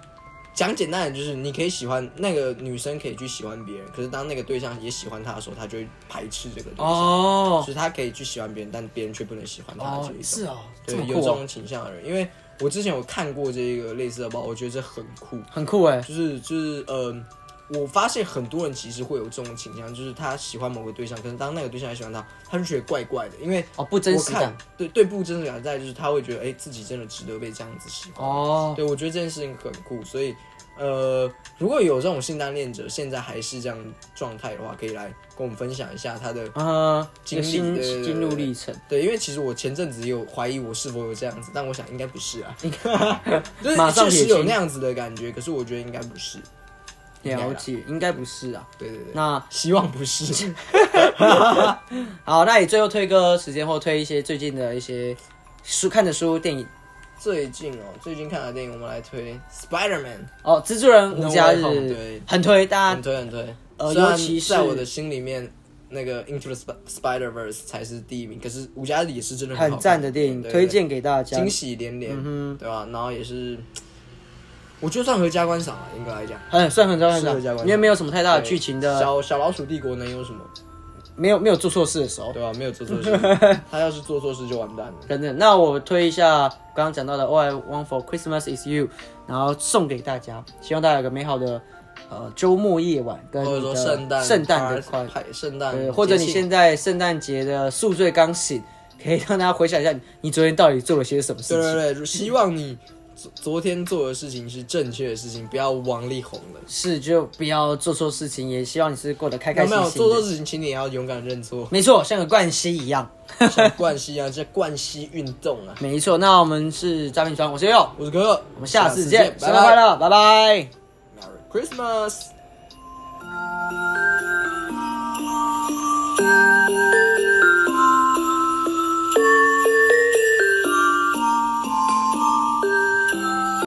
[SPEAKER 1] 讲简单点，就是你可以喜欢那个女生，可以去喜欢别人。可是当那个对象也喜欢她的时候，她就会排斥这个对象。
[SPEAKER 2] 哦
[SPEAKER 1] 就是她可以去喜欢别人，但别人却不能喜欢她的
[SPEAKER 2] 哦
[SPEAKER 1] 这一，种。
[SPEAKER 2] 是哦，这
[SPEAKER 1] 对，
[SPEAKER 2] 么
[SPEAKER 1] 有
[SPEAKER 2] 酷
[SPEAKER 1] 这
[SPEAKER 2] 哦、
[SPEAKER 1] 种倾向的人，因为我之前有看过这个类似的报，我觉得这很酷，
[SPEAKER 2] 很酷哎，
[SPEAKER 1] 就是就是呃，我发现很多人其实会有这种倾向，就是他喜欢某个对象，可是当那个对象也喜欢他，他就觉得怪怪的，因为
[SPEAKER 2] 哦，不真
[SPEAKER 1] 我
[SPEAKER 2] 实感
[SPEAKER 1] 看对对不真实感在，就是他会觉得哎、自己真的值得被这样子喜欢，
[SPEAKER 2] 哦。
[SPEAKER 1] 对我觉得这件事情很酷，所以呃，如果有这种性单恋者现在还是这样状态的话，可以来跟我们分享一下他的
[SPEAKER 2] 啊，一
[SPEAKER 1] 经
[SPEAKER 2] 个
[SPEAKER 1] 历对
[SPEAKER 2] 心
[SPEAKER 1] 对对
[SPEAKER 2] 心路历程。
[SPEAKER 1] 对，因为其实我前阵子也有怀疑我是否有这样子，但我想应该不是啊，就是
[SPEAKER 2] 马上
[SPEAKER 1] 确实
[SPEAKER 2] 撇清
[SPEAKER 1] 有那样子的感觉，可是我觉得应该不是，应该啦
[SPEAKER 2] 了解，应该不是啊。
[SPEAKER 1] 对对对，
[SPEAKER 2] 那
[SPEAKER 1] 希望不是。
[SPEAKER 2] 好，那你最后推歌时间，或推一些最近的一些呃书、看的书、电影
[SPEAKER 1] 最近哦，最近看的电影我们来推《Spider Man
[SPEAKER 2] 哦，《蜘蛛人
[SPEAKER 1] No
[SPEAKER 2] 无家
[SPEAKER 1] Way Home，
[SPEAKER 2] 日
[SPEAKER 1] 对》
[SPEAKER 2] 很推，》，大
[SPEAKER 1] 很
[SPEAKER 2] 家
[SPEAKER 1] 推很推。
[SPEAKER 2] 啊呃
[SPEAKER 1] 虽然
[SPEAKER 2] 尤其是
[SPEAKER 1] 在我的心里面，那个《Into the Spider Verse》才是第一名，可是《无家日》也是真的好
[SPEAKER 2] 很
[SPEAKER 1] 看
[SPEAKER 2] 赞的电影，
[SPEAKER 1] 对对
[SPEAKER 2] 推荐给大家
[SPEAKER 1] 惊。喜连连，
[SPEAKER 2] 嗯
[SPEAKER 1] 对吧？然后也是，我觉得算合家观赏啊，应该来讲。
[SPEAKER 2] 很算很算很
[SPEAKER 1] 适合加
[SPEAKER 2] 算，
[SPEAKER 1] 观
[SPEAKER 2] 因为没有什么太大的
[SPEAKER 1] 对
[SPEAKER 2] 啊剧情的，
[SPEAKER 1] 小小老鼠帝国能有什么？
[SPEAKER 2] 没有没有做错事的时候。
[SPEAKER 1] 对吧、没有做错 事，他要是做错事就完蛋了。
[SPEAKER 2] 等等，那我推一下刚刚讲到的《All I Want for Christmas Is You》，然后送给大家，希望大家有个美好的呃周末夜晚，跟
[SPEAKER 1] 或者
[SPEAKER 2] 你
[SPEAKER 1] 说
[SPEAKER 2] 的
[SPEAKER 1] 圣诞
[SPEAKER 2] 圣诞的
[SPEAKER 1] party-
[SPEAKER 2] 快乐。
[SPEAKER 1] 派圣诞节
[SPEAKER 2] 对，
[SPEAKER 1] 庆，
[SPEAKER 2] 呃或者你现在圣诞节的宿醉刚醒，可以让大家回想一下你你昨天到底做了些什么事
[SPEAKER 1] 对
[SPEAKER 2] 情。
[SPEAKER 1] 对对，希望你昨昨天做的事情是正确的事情，不要王力宏了。
[SPEAKER 2] 是，就不要做错事情，也希望你是过得开开
[SPEAKER 1] 有
[SPEAKER 2] 心
[SPEAKER 1] 没
[SPEAKER 2] 心的。，
[SPEAKER 1] 有做错事情，请你也要勇敢认错
[SPEAKER 2] 没错，像个冠希一样。
[SPEAKER 1] 像冠希啊，这冠希运动啊。
[SPEAKER 2] 没错，那我们是诈骗船，我是佑，
[SPEAKER 1] 我是可可，
[SPEAKER 2] 我们下次
[SPEAKER 1] 见
[SPEAKER 2] 见，，生
[SPEAKER 1] 拜
[SPEAKER 2] 日
[SPEAKER 1] 拜
[SPEAKER 2] 快乐，拜拜。
[SPEAKER 1] ，Merry Christmas。